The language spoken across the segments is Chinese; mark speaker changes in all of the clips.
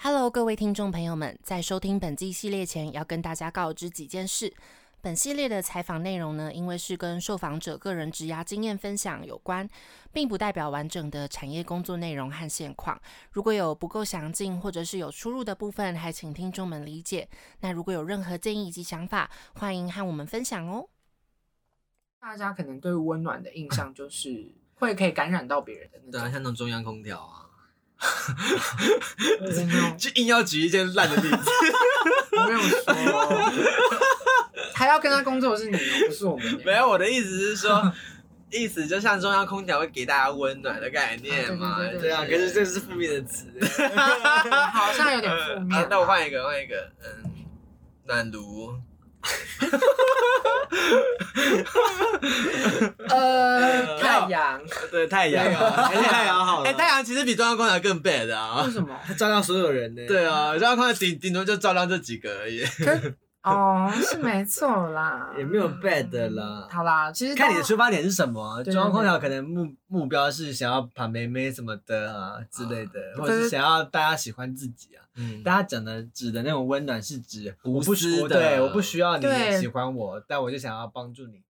Speaker 1: Hello，各位听众朋友们，在收听本季系列前，要跟大家告知几件事。本系列的采访内容呢，因为是跟受访者个人职涯经验分享有关，并不代表完整的产业工作内容和现况。如果有不够详尽或者是有出入的部分，还请听众们理解。那如果有任何建议以及想法，欢迎和我们分享哦。
Speaker 2: 大家可能对温暖的印象就是 会可以感染到别人的那
Speaker 3: 对
Speaker 2: 种
Speaker 3: 啊，，像那种中央空调啊，
Speaker 2: 就是那种
Speaker 3: 就硬要举一件烂的例 子。
Speaker 2: 我没有说， 还要跟他工作的是你哦，不是我们耶。
Speaker 3: 没有，我的意思是 说，意思就像中央空调会给大家温暖的概念嘛。
Speaker 2: 啊对对对对
Speaker 3: 对啊，可是这是负面的词。
Speaker 2: 好像有点负面
Speaker 3: 啊那我换一个，换一个，嗯，暖炉。
Speaker 2: 呃，太阳
Speaker 3: 对太阳，
Speaker 4: 还是太阳好了。
Speaker 3: 哎，太阳其实比中央空调更 bad
Speaker 2: 为
Speaker 3: 啊。
Speaker 2: 什么？
Speaker 4: 它照亮所有人呢、，
Speaker 3: 对啊，中央空调顶顶多就照亮这几个而已。
Speaker 2: 哦，是没错啦，嗯
Speaker 4: 也没有 bad 啦。
Speaker 2: 好啦，其实
Speaker 4: 看你的
Speaker 2: 大
Speaker 4: 出发点是什么，啊
Speaker 2: 对
Speaker 4: 中央空调可能目目标是想要把妹妹什么的啊之类的，或者
Speaker 2: 对
Speaker 4: 是想要大家喜欢自己啊。
Speaker 3: 嗯
Speaker 4: 大家讲的指的那种温暖是指我不
Speaker 3: 无私
Speaker 4: 需
Speaker 3: 的
Speaker 4: 对，我不需要你
Speaker 2: 对
Speaker 4: 喜欢我，但我就想要帮助你。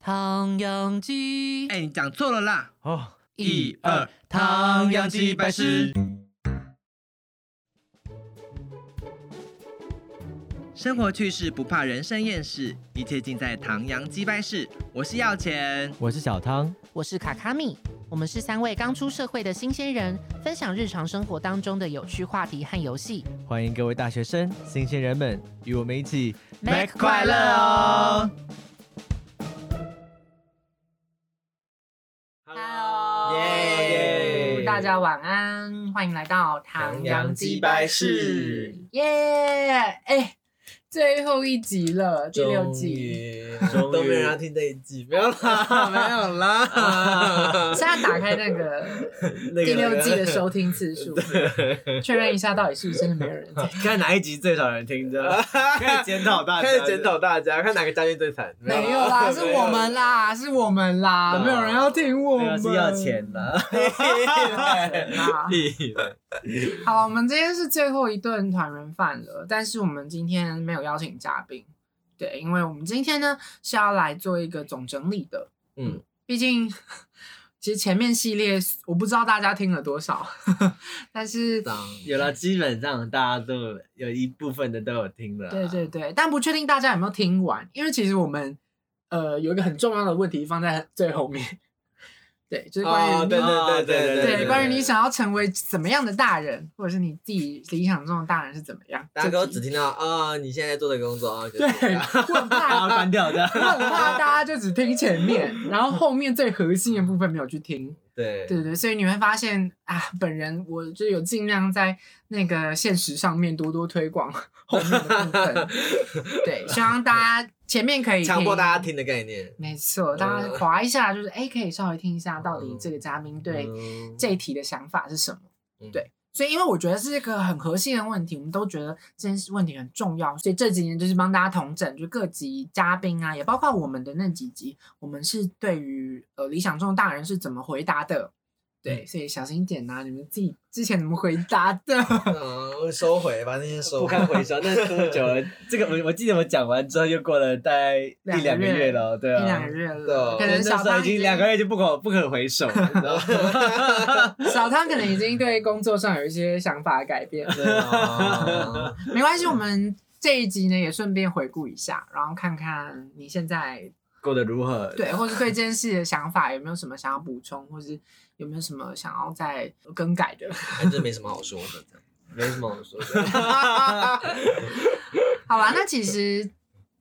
Speaker 5: 唐扬鸡，
Speaker 3: 哎，你讲错了啦。
Speaker 4: 哦，
Speaker 3: 一二唐扬鸡拜师。
Speaker 5: 生活趣事不怕人生厌世，一切尽在唐扬鸡拜室。我是要钱，
Speaker 6: 我是小汤，
Speaker 1: 我是卡卡米，我们是三位刚出社会的新鲜人，分享日常生活当中的有趣话题和游戏。
Speaker 6: 欢迎各位大学生、新鲜人们与我们一起
Speaker 1: Mac
Speaker 5: 快乐哦！
Speaker 2: Hello，
Speaker 4: 耶
Speaker 2: 大家晚安，欢迎来到唐
Speaker 4: 阳
Speaker 2: 阳
Speaker 4: 鸡
Speaker 2: 鸡
Speaker 4: 掰
Speaker 2: 掰
Speaker 4: 室
Speaker 2: 室，耶！哎，最后一集了，第六集，
Speaker 4: 终于
Speaker 3: 都没人要听这一季，不要啦，没有
Speaker 2: 现
Speaker 3: 啦。
Speaker 2: 在打开 那个
Speaker 4: 那个
Speaker 2: 第六季的收听次数， 确认一下到底是不是真的没有人在。
Speaker 4: 看哪一集最少人听着， 可以检讨大家，
Speaker 3: 开始检讨大家，看哪个嘉宾最惨。
Speaker 2: 没有啦，是我们啦，是我们啦，
Speaker 3: 对啊
Speaker 2: 没有人 要听我
Speaker 4: 没有，
Speaker 2: 们。
Speaker 4: 是要钱的。
Speaker 2: 啦。
Speaker 3: 屁嘞。
Speaker 2: 好，我们今天是最后一顿团圆饭了，但是我们今天没有邀请嘉宾，对，因为我们今天呢是要来做一个总整理的，
Speaker 3: 嗯，
Speaker 2: 毕竟其实前面系列我不知道大家听了多少， 但是
Speaker 3: 啊
Speaker 4: 有了，基本上大家都有一部分的都有听了。
Speaker 2: 对对，对，但不确定大家有没有听完，因为其实我们呃有一个很重要的问题放在最后面，对，就是关于你、
Speaker 3: 哦，对对对对
Speaker 2: 对
Speaker 3: 对，
Speaker 2: 关于你想要成为怎么样的大人，或者是你自己理想中的大人是怎么样，
Speaker 3: 大家都
Speaker 2: 这
Speaker 3: 只
Speaker 2: 题
Speaker 3: 听到啊，你现在在做的工作啊，
Speaker 2: 对， 我很
Speaker 4: 然后
Speaker 2: 怕，
Speaker 4: 关掉的。
Speaker 2: 我很怕大家就只听前面，然后后面最核心的部分没有去听，
Speaker 3: 对
Speaker 2: 对对对，所以你会发现啊，本人我就有尽量在那个现实上面多多推广后面的部 分，对，希望大家前面可以
Speaker 3: 强迫大家。听的概念。
Speaker 2: 没错，大家划一下，就是哎、可以稍微听一下，到底这个嘉宾对
Speaker 3: 嗯
Speaker 2: 这一题的想法是什么？
Speaker 3: 嗯
Speaker 2: 对，所以因为我觉得是一个很核心的问题，我们都觉得这件事问题很重要，所以这几年就是帮大家统整，就各级嘉宾啊，也包括我们的那几集，我们是对于呃理想中的大人是怎么回答的。
Speaker 4: 嗯
Speaker 2: 对，所以小心一点呐、你们自己之前怎么回答的？
Speaker 3: 嗯，收回吧，那些收
Speaker 4: 不
Speaker 3: 回。
Speaker 4: 堪 回首，那是多久了？这个我我记得我讲完之后，又过了大概一
Speaker 2: 两个
Speaker 4: 两个
Speaker 2: 月
Speaker 4: 月了，对
Speaker 2: 一
Speaker 4: 啊，
Speaker 2: 两个月了，
Speaker 3: 对
Speaker 2: 可能
Speaker 4: 那时
Speaker 2: 小
Speaker 4: 候
Speaker 2: 汤
Speaker 4: 已经两个月就不可不可回首了，你知道吗？
Speaker 2: 小汤可能已经对工作上有一些想法改变了。
Speaker 3: 对啊
Speaker 2: 没关系，我们这一集呢也顺便回顾一下，然后看看你现在
Speaker 4: 过得如何？
Speaker 2: 对，或是对这件事的想法有没有什么想要补充，或是有没有什么想要再更改的。
Speaker 3: 哎，这没什么好说的。
Speaker 4: 没什么好说的。
Speaker 2: 好啦，那其实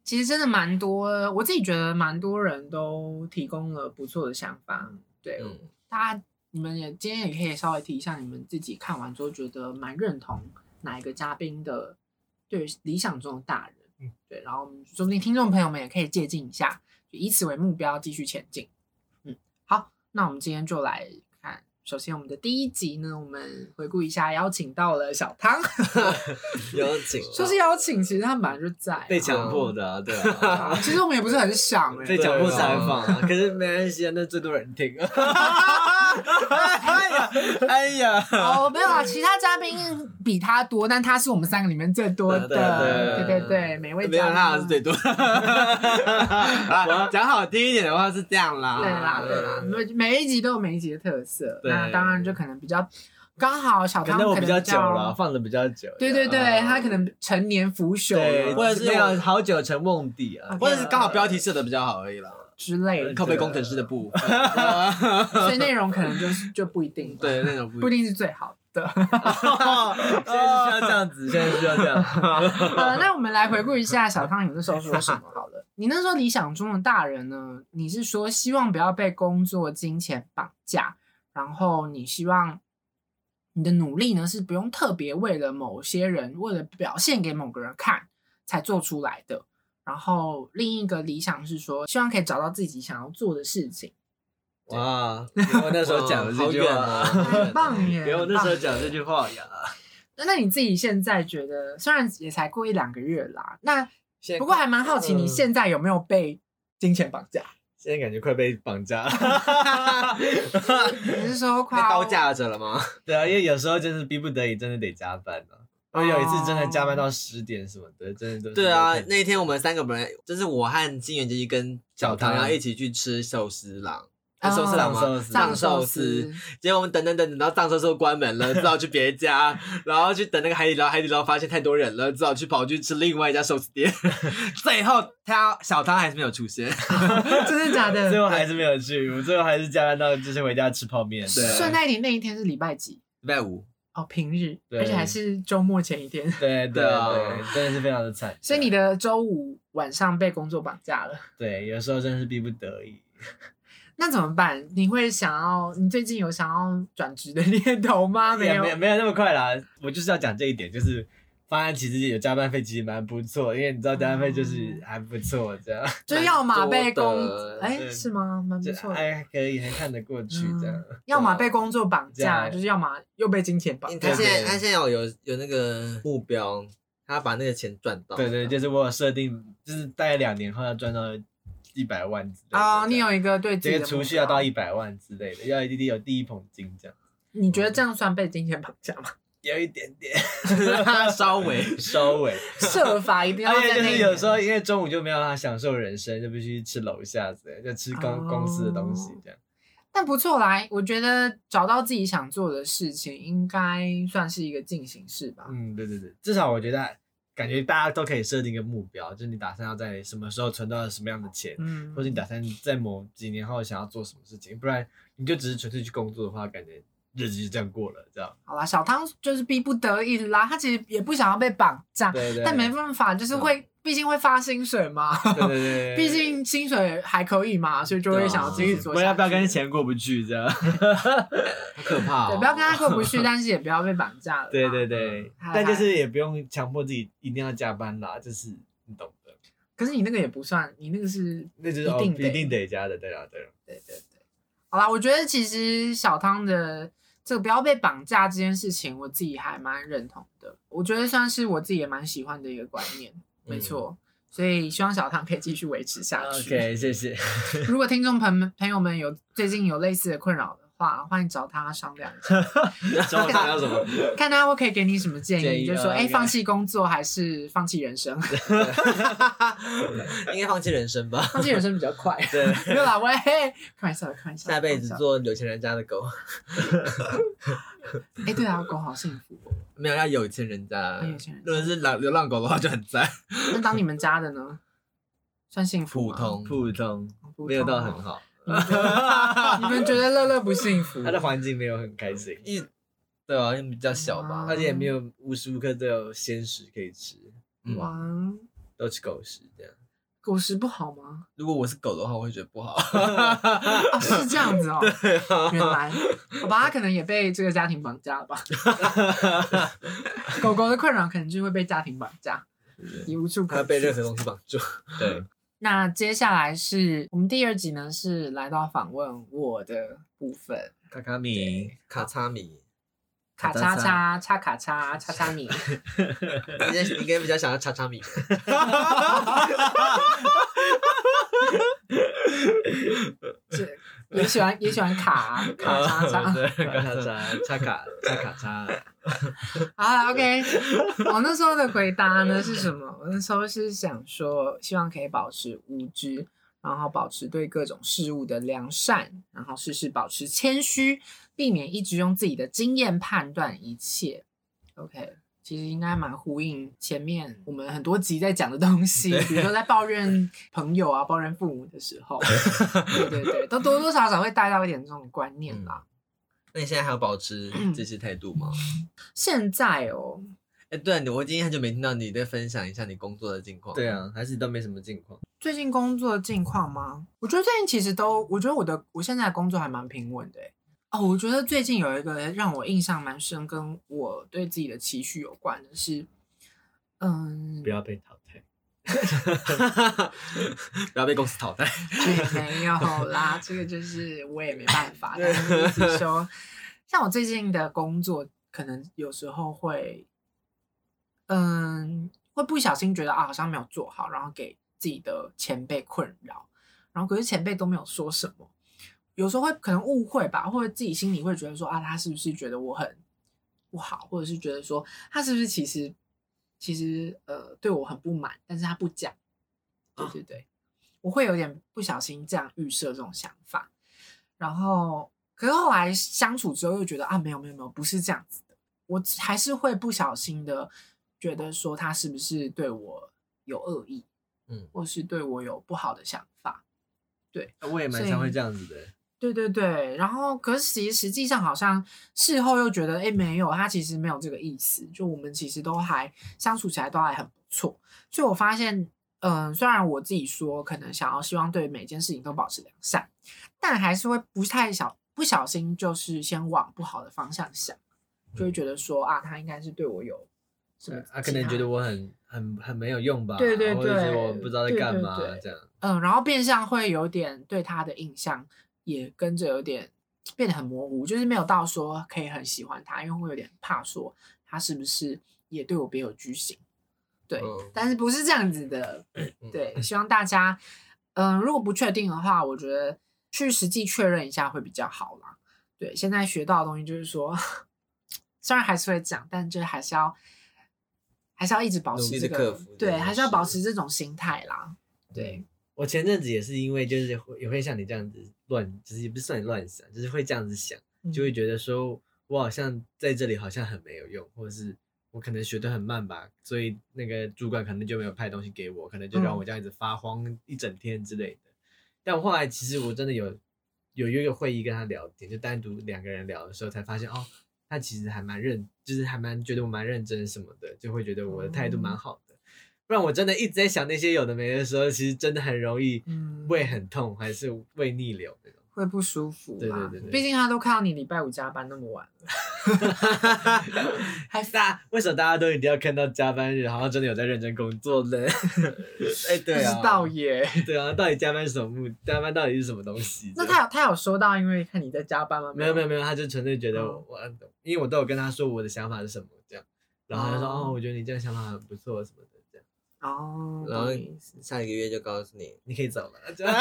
Speaker 2: 其实真的蛮多，我自己觉得蛮多人都提供了不错的想法。对，
Speaker 3: 嗯，
Speaker 2: 大家你们也今天也可以稍微提一下你们自己看完之后觉得蛮认同哪一个嘉宾的对于理想中的大人，对，然后说不定听众朋友们也可以借鉴一下，就以此为目标继续前进。嗯，好，那我们今天就来看，首先我们的第一集呢，我们回顾一下，邀请到了小汤，
Speaker 3: 有请。
Speaker 2: 说是邀请，其实他本来就在啊
Speaker 4: 被强迫的啊，对啊，
Speaker 2: 啊其实我们也不是很 想哎、
Speaker 4: 被
Speaker 3: 哦对
Speaker 4: 强迫
Speaker 3: 啊
Speaker 4: 采访啊，可是没关系啊，那最多人听啊。哎呀，哎呀，
Speaker 2: 哦，没有啊，其他嘉宾比他多，但他是我们三个里面最多的。
Speaker 3: 对啊对
Speaker 2: 对
Speaker 3: 对
Speaker 2: 对对，每位
Speaker 3: 没有啦，
Speaker 2: 嘉
Speaker 3: 我是最
Speaker 2: 宾。
Speaker 3: 多。啊讲好听一点的话是这样啦，
Speaker 2: 对啦，对啦，每每一集都有每一集的特色。
Speaker 3: 对
Speaker 2: 那当然就可能比较刚好小
Speaker 4: 可
Speaker 2: 康
Speaker 4: 能我
Speaker 2: 比
Speaker 4: 比较久了，放的比较久。
Speaker 2: 对对对，他可能成年腐朽
Speaker 4: 对，
Speaker 2: 了
Speaker 3: 啊或者是
Speaker 4: 没有好久成梦底啊
Speaker 2: OK。
Speaker 3: 或者是刚好标题设的比较好而已啦，
Speaker 2: 之类的，
Speaker 3: 靠背工程师的部分，
Speaker 4: 啊
Speaker 2: 所以内容可能就是就不一定，
Speaker 3: 对，那种不
Speaker 2: 不
Speaker 3: 一
Speaker 2: 一
Speaker 3: 定。
Speaker 2: 定是最好的。
Speaker 4: 现在是需要这样子，现在是需要这样。
Speaker 2: 呃，那我们来回顾一下小康，你那时候说什么好了？你那时候理想中的大人呢？你是说希望不要被工作、金钱绑架，然后你希望你的努力呢是不用特别为了某些人，为了表现给某个人看才做出来的。然后另一个理想是说，希望可以找到自己想要做的事情。
Speaker 4: 哇，我那时候讲的这句
Speaker 3: 哇
Speaker 4: 话，
Speaker 3: 好远 啊
Speaker 2: 很棒耶！
Speaker 4: 别我那时候
Speaker 2: 很棒
Speaker 4: 讲这句话呀。
Speaker 2: 那那你自己现在觉得，虽然也才过一两个月啦，那
Speaker 4: 现在
Speaker 2: 不过还蛮好奇，你
Speaker 4: 嗯
Speaker 2: 现在有没有被金钱绑 架？
Speaker 4: 现在感觉快被绑架了。
Speaker 2: 你是说
Speaker 3: 被
Speaker 2: 快要
Speaker 3: 刀？架着了吗？
Speaker 4: 对啊，因为有时候就是逼不得已，真的得加班啊。我有一次真的加班到十点什么的，真的都是
Speaker 3: 对啊
Speaker 4: 有可，能
Speaker 3: 那一天我们三个本来就是我和金元杰一跟小唐要一起去吃寿司郎，是寿司郎
Speaker 4: 上
Speaker 3: 吗？
Speaker 4: 寿司
Speaker 3: 上
Speaker 2: 嗯上
Speaker 3: 寿
Speaker 2: 寿
Speaker 3: 司
Speaker 2: 司。，
Speaker 3: 结果我们等等等等到藏寿司关门了，只 好去别家，然后去等那个海底捞，海底捞发现太多人了，只好去跑去吃另外一家寿司店。 最后他小汤还是没有出现，
Speaker 2: 真的假的？
Speaker 4: 最后还是没有去，我最后还是加班到就是回家吃泡面。
Speaker 3: 对
Speaker 2: 顺带一提，那一天是礼拜几？
Speaker 3: 礼拜五
Speaker 2: 哦，平日，
Speaker 4: 对
Speaker 2: 而且还是周末前一天，
Speaker 4: 对对
Speaker 3: 对啊
Speaker 4: 对，真的是非常的惨。
Speaker 2: 所以你的周五晚上被工作绑架了，
Speaker 4: 对，有时候真的是逼不得已。
Speaker 2: 那怎么办？你会想要？你最近有想要转职的 念头吗？
Speaker 4: 没
Speaker 2: 没
Speaker 4: 有
Speaker 2: 有
Speaker 4: 没有，没有那么快啦，我就是要讲这一点，就是方案其实有加班费，其实蛮不错，因为你知道加班费就是还不错这样，
Speaker 2: 就要么被
Speaker 3: 蛮
Speaker 2: 工
Speaker 3: 多的，
Speaker 2: 哎，
Speaker 4: 对
Speaker 2: 是吗？蛮不
Speaker 4: 就哎
Speaker 2: 错的。嗯
Speaker 4: 还还可以，还看得过去这样。
Speaker 2: 要么被工作绑架，
Speaker 4: 啊对嗯
Speaker 2: 就是要么又被金钱绑
Speaker 3: 因为
Speaker 2: 架
Speaker 3: 他。现在
Speaker 4: 对
Speaker 3: 他现在有有有那个目标，他把那个钱赚到。
Speaker 4: 对对，就是我有设定，就是大概两年后要赚到一百万之类的这样。
Speaker 2: 哦，你有一个对自己
Speaker 4: 这
Speaker 2: 的
Speaker 4: 个储
Speaker 2: 目
Speaker 4: 蓄要
Speaker 2: 标
Speaker 4: 到一百万之类的，要一定有第一桶金这样，
Speaker 2: 你觉得
Speaker 4: 嗯
Speaker 2: 这样算被金钱绑架吗？
Speaker 4: 有一点点
Speaker 3: 对，稍 微
Speaker 4: 收 尾。
Speaker 2: 设法一定要
Speaker 4: 而且
Speaker 2: 在
Speaker 4: 哎就
Speaker 2: 那
Speaker 4: 是
Speaker 2: 一
Speaker 4: 有
Speaker 2: 年
Speaker 4: 时候因为中午就没有办法享受人生，就必须吃楼下之类的，就吃公、公司的东
Speaker 2: 哦
Speaker 4: 西这样。
Speaker 2: 但不错啦，我觉得找到自己想做的事情，应该算是一个进行式吧。
Speaker 4: 嗯，对对对，至少我觉得，感觉大家都可以设定一个目标，就是你打算要在什么时候存到什么样的钱，
Speaker 2: 嗯，
Speaker 4: 或者你打算在某几年后想要做什么事情，不然你就只是纯粹去工作的话，感觉日子就这样过了，这样。
Speaker 2: 好啦，小汤就是逼不得已啦，他其实也不想要被绑架，
Speaker 4: 对对，嗯
Speaker 2: 但没办法，就是会，毕竟会发薪水嘛，
Speaker 4: 对对对，对
Speaker 2: 毕。竟薪水还可以嘛，所以就会想要继续做
Speaker 4: 不
Speaker 2: 下
Speaker 4: 要
Speaker 2: 去。
Speaker 4: 不要跟钱过不 去，这样。
Speaker 3: 好可怕、哦，
Speaker 2: 对，不要跟他过不 去，但是也不要被绑架了啦。
Speaker 4: 对对对，
Speaker 2: 还
Speaker 4: 但就是也不用强迫自己一定要加班啦，就是你懂的，
Speaker 2: 可是你那个也不算，你那个是
Speaker 4: 那就是
Speaker 2: 一
Speaker 4: 哦
Speaker 2: 定
Speaker 4: 一定
Speaker 2: 得
Speaker 4: 得加的，对啦对啦。
Speaker 2: 对对对。好啦，我觉得其实小汤的这个不要被绑架这件事情，我自己还蛮认同的。我觉得算是我自己也蛮喜欢的一个观念，
Speaker 4: 嗯
Speaker 2: 没错。所以希望小汤可以继续维持下去。
Speaker 4: OK，谢谢。
Speaker 2: 如果听众朋友朋友们有最近有类似的困扰的话，欢迎找他商量一下，
Speaker 4: 找我想要什么？
Speaker 2: 看他会可以给你什么建议，
Speaker 4: 建议
Speaker 2: 就说
Speaker 4: 啊
Speaker 2: 哎、
Speaker 4: ，OK
Speaker 2: 放弃工作还是放弃人生？
Speaker 3: 应该放弃人生吧。
Speaker 2: 放弃人生比较快。
Speaker 4: 对，
Speaker 2: 没有啦，喂，开玩笑的，开玩笑的。
Speaker 3: 下辈子
Speaker 2: 开玩笑的
Speaker 3: 做有钱人家的狗，
Speaker 2: 哎、对啊，狗好幸福哦。
Speaker 3: 没有要有钱人家
Speaker 2: 要有钱人。家
Speaker 3: 如果是流流浪狗的话，就很赞。
Speaker 2: 那当你们家的呢？算幸福
Speaker 3: 普
Speaker 2: 吗？
Speaker 3: 通，
Speaker 4: 普通，
Speaker 2: 普通
Speaker 4: 没有到很好，
Speaker 2: 哦。你们觉得乐乐不幸福？
Speaker 4: 它的环境没有很开
Speaker 2: 嗯
Speaker 4: 心，
Speaker 3: 一对啊，因为比较小吧
Speaker 2: 啊。
Speaker 4: 而且也没有无时无刻都有鲜食可以吃，
Speaker 3: 嗯
Speaker 2: 哇，
Speaker 4: 都吃狗食这样。
Speaker 2: 狗食不好吗？
Speaker 3: 如果我是狗的话，我会觉得不 好。
Speaker 2: 啊，是这样子哦。原来，好吧，他可能也被这个家庭绑架了吧。狗狗的困扰可能就会被家庭绑架，也无处
Speaker 3: 它
Speaker 2: 可
Speaker 3: 被任
Speaker 2: 去。
Speaker 3: 何东西绑住。
Speaker 4: 对，
Speaker 2: 那接下来是我们第二集呢，是来到访问我的部分。
Speaker 4: 卡卡米，
Speaker 3: 卡嚓米，
Speaker 2: 卡叉叉叉卡叉叉叉米，
Speaker 3: 应该应该比较想要叉叉米。
Speaker 2: 这也喜欢也喜欢卡啊、卡叉叉。
Speaker 4: 嗯对， 卡叉叉，叉卡叉卡叉。
Speaker 2: 好了，OK。我那时候的回答呢是什么？我那时候是想说，希望可以保持无知，然后保持对各种事物的良善，然后事事保持谦虚，避免一直用自己的经验判断一切。OK。其实应该蛮呼应前面我们很多集在讲的东西，比如说在抱怨朋友啊、抱怨父母的时候， 对对对，都多多少少会带到一点这种观念
Speaker 3: 嗯
Speaker 2: 啦。
Speaker 3: 那你现在还有保 持这些态度吗？
Speaker 2: 现在哦，
Speaker 3: 哎、对、啊，你我今天很久没听到你在分享一下你工作的近况。
Speaker 4: 对，啊，还是你都没什么近况。
Speaker 2: 最近工作近况吗？我觉得最近其实都，我觉得我的我现在的工作还蛮平稳的欸。哦，我觉得最近有一个让我印象蛮深，跟我对自己的期许有关的是，嗯，
Speaker 4: 不要被淘汰。
Speaker 3: 不要被公司淘汰。
Speaker 2: 也没有啦，这个就是我也没办法，但是就是说，像我最近的工作，可能有时候会，嗯，会不小心觉得啊，好像没有做好，然后给自己的前辈困扰，然后可是前辈都没有说什么，有时候会可能误会吧，或者自己心里会觉得说啊，他是不是觉得我很不好，或者是觉得说他是不是其实其实呃对我很不满，但是他不讲，对对对。我会有点不小心这样预设这种想法，然后可是后来相处之后又觉得啊，没有没有没有，不是这样子的，我还是会不小心的觉得说他是不是对我有恶意，
Speaker 3: 嗯，
Speaker 2: 或是对我有不好的想法，
Speaker 4: 啊我也蛮常会这样子的。
Speaker 2: 对对对，然后可是其实实际上好像事后又觉得，哎，没有，他其实没有这个意思，就我们其实都还相处起来都还很不错，所以我发现，嗯、虽然我自己说可能想要希望对每件事情都保持良善，但还是会不太小不小心就是先往不好的方向想，就会觉得说啊，他应该是对我有什么
Speaker 4: 嗯对
Speaker 2: 嗯其他，
Speaker 4: 啊，可能觉得我很很很没有用吧，
Speaker 2: 对对
Speaker 4: 或者是
Speaker 2: 对
Speaker 4: 我不知道在
Speaker 2: 对
Speaker 4: 干
Speaker 2: 对
Speaker 4: 嘛
Speaker 2: 对
Speaker 4: 这样。
Speaker 2: 嗯，然后变相会有点对他的印象也跟着有点变得很模糊，就是没有到说可以很喜欢他，因为会有点怕说他是不是也对我别有居心。对，
Speaker 3: 嗯
Speaker 2: 但是不是这样子的。对，希望大家，嗯、如果不确定的话，我觉得去实际确认一下会比较好啦。对，现在学到的东西就是说， 虽然还是会讲，但就是还是要，还是要一直保
Speaker 3: 努
Speaker 2: 持
Speaker 3: 力
Speaker 2: 这
Speaker 3: 地
Speaker 2: 个，
Speaker 3: 克服这
Speaker 2: 对，
Speaker 3: 件
Speaker 2: 还是要
Speaker 3: 事
Speaker 2: 保持这种心态啦。对，
Speaker 4: 我前阵子也是因为就是会也会像你这样子乱，就是也不是算你乱想，就是会这样子想，就会觉得说我好像在这里好像很没有用，或者是我可能学得很慢吧，所以那个主管可能就没有派东西给我，可能就让我这样子发慌一整天之类的。但我后来其实我真的有有约个会议跟他聊天，就单独两个人聊的时候才发现哦，他其实还蛮认，就是还蛮觉得我蛮认真什么的，就会觉得我的态度
Speaker 3: 哦
Speaker 4: 蛮好的。不然我真的一直在想那些有的没的时候，其 实真的很容易
Speaker 2: 嗯
Speaker 4: 胃很痛，还是胃逆流那种。
Speaker 2: 会不舒服
Speaker 4: 对
Speaker 2: 啦
Speaker 4: 对对对
Speaker 2: 毕竟他都看到你礼拜五加班那么晚 了，
Speaker 4: 还大为什么大家都一定要看到加班日，好像真的有在认真工作呢？哎、
Speaker 2: 不
Speaker 4: 对
Speaker 2: 知
Speaker 4: 啊，
Speaker 2: 道耶。
Speaker 4: 对啊，到底加班是什么目？加班到底是什么东西？
Speaker 2: 那他有他有说到，因为看你在加班吗？
Speaker 4: 没有没有没有，他就纯粹觉得
Speaker 2: 哦
Speaker 4: 我，我因为我都有跟他说我的想法是什么这样，然后他就说
Speaker 2: 哦
Speaker 4: 哦，我觉得你这样想法很不错什么的这样，
Speaker 2: 哦，
Speaker 3: 然后
Speaker 2: 懂 你意思
Speaker 3: 下一个月就告诉你。
Speaker 4: 你可以走了。这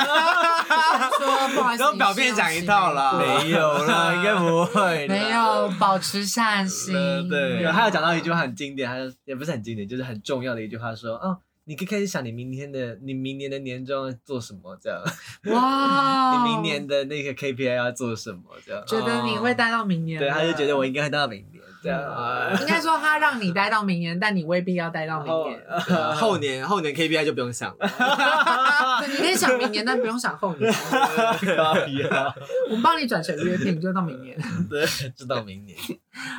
Speaker 2: 他
Speaker 4: 样
Speaker 2: 说不好意思，
Speaker 3: 然后表
Speaker 2: 你是
Speaker 3: 面
Speaker 2: 用
Speaker 3: 讲一
Speaker 2: 心
Speaker 3: 套
Speaker 2: 良
Speaker 3: 啦
Speaker 2: 苦
Speaker 3: 没
Speaker 4: 有啦，应该不会
Speaker 2: 没有保持善心。
Speaker 4: 对，他有讲到一句话很经典，他就也不是很经典，就是很重要的一句话说，哦，你可以开始想你明天的，你明年的年终要做什么这样，
Speaker 2: 哇，
Speaker 4: 你明年的那个 KPI 要做什么这样。
Speaker 2: 哦
Speaker 4: 哦
Speaker 2: 觉得你会待到明年了，嗯
Speaker 4: 对，他就觉得我应该会到明年这样。啊
Speaker 2: 应该说他让你待到明年，但你未必要待到明 年。
Speaker 3: 对啊后年后年 KPI 就不用想了，
Speaker 2: 对，你可以想明年，但不用想后年。
Speaker 4: 高一啊，
Speaker 2: 我们帮你转成约聘，就到明年。
Speaker 4: 对，知道明年。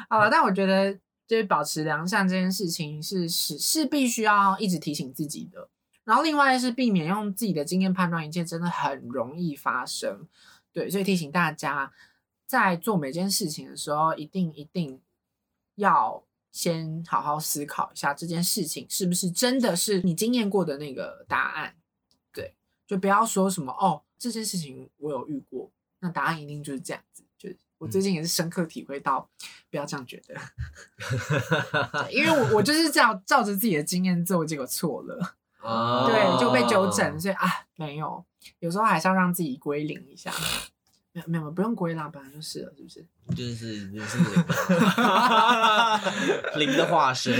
Speaker 2: 好呃了，但我觉得就是保持良善这件事情是是是必须要一直提醒自己的。然后另外是避免用自己的经验判断一切，真的很容易发生。对，所以提醒大家，在做每件事情的时候，一定一定要先好好思考一下这件事情是不是真的是你经验过的那个答案。对，就不要说什么哦，这件事情我有遇过，那答案一定就是这样子。就是我最近也是深刻体会到，不要这样觉得，对因为我我就是这样照着自己的经验做，结果错了，
Speaker 3: 哦
Speaker 2: 对，就被纠正，所以啊没有，有时候还是要让自己归零一下，没有没有，不用归啦，本来就是了，是不 是？
Speaker 3: 就是就是零零的化 身，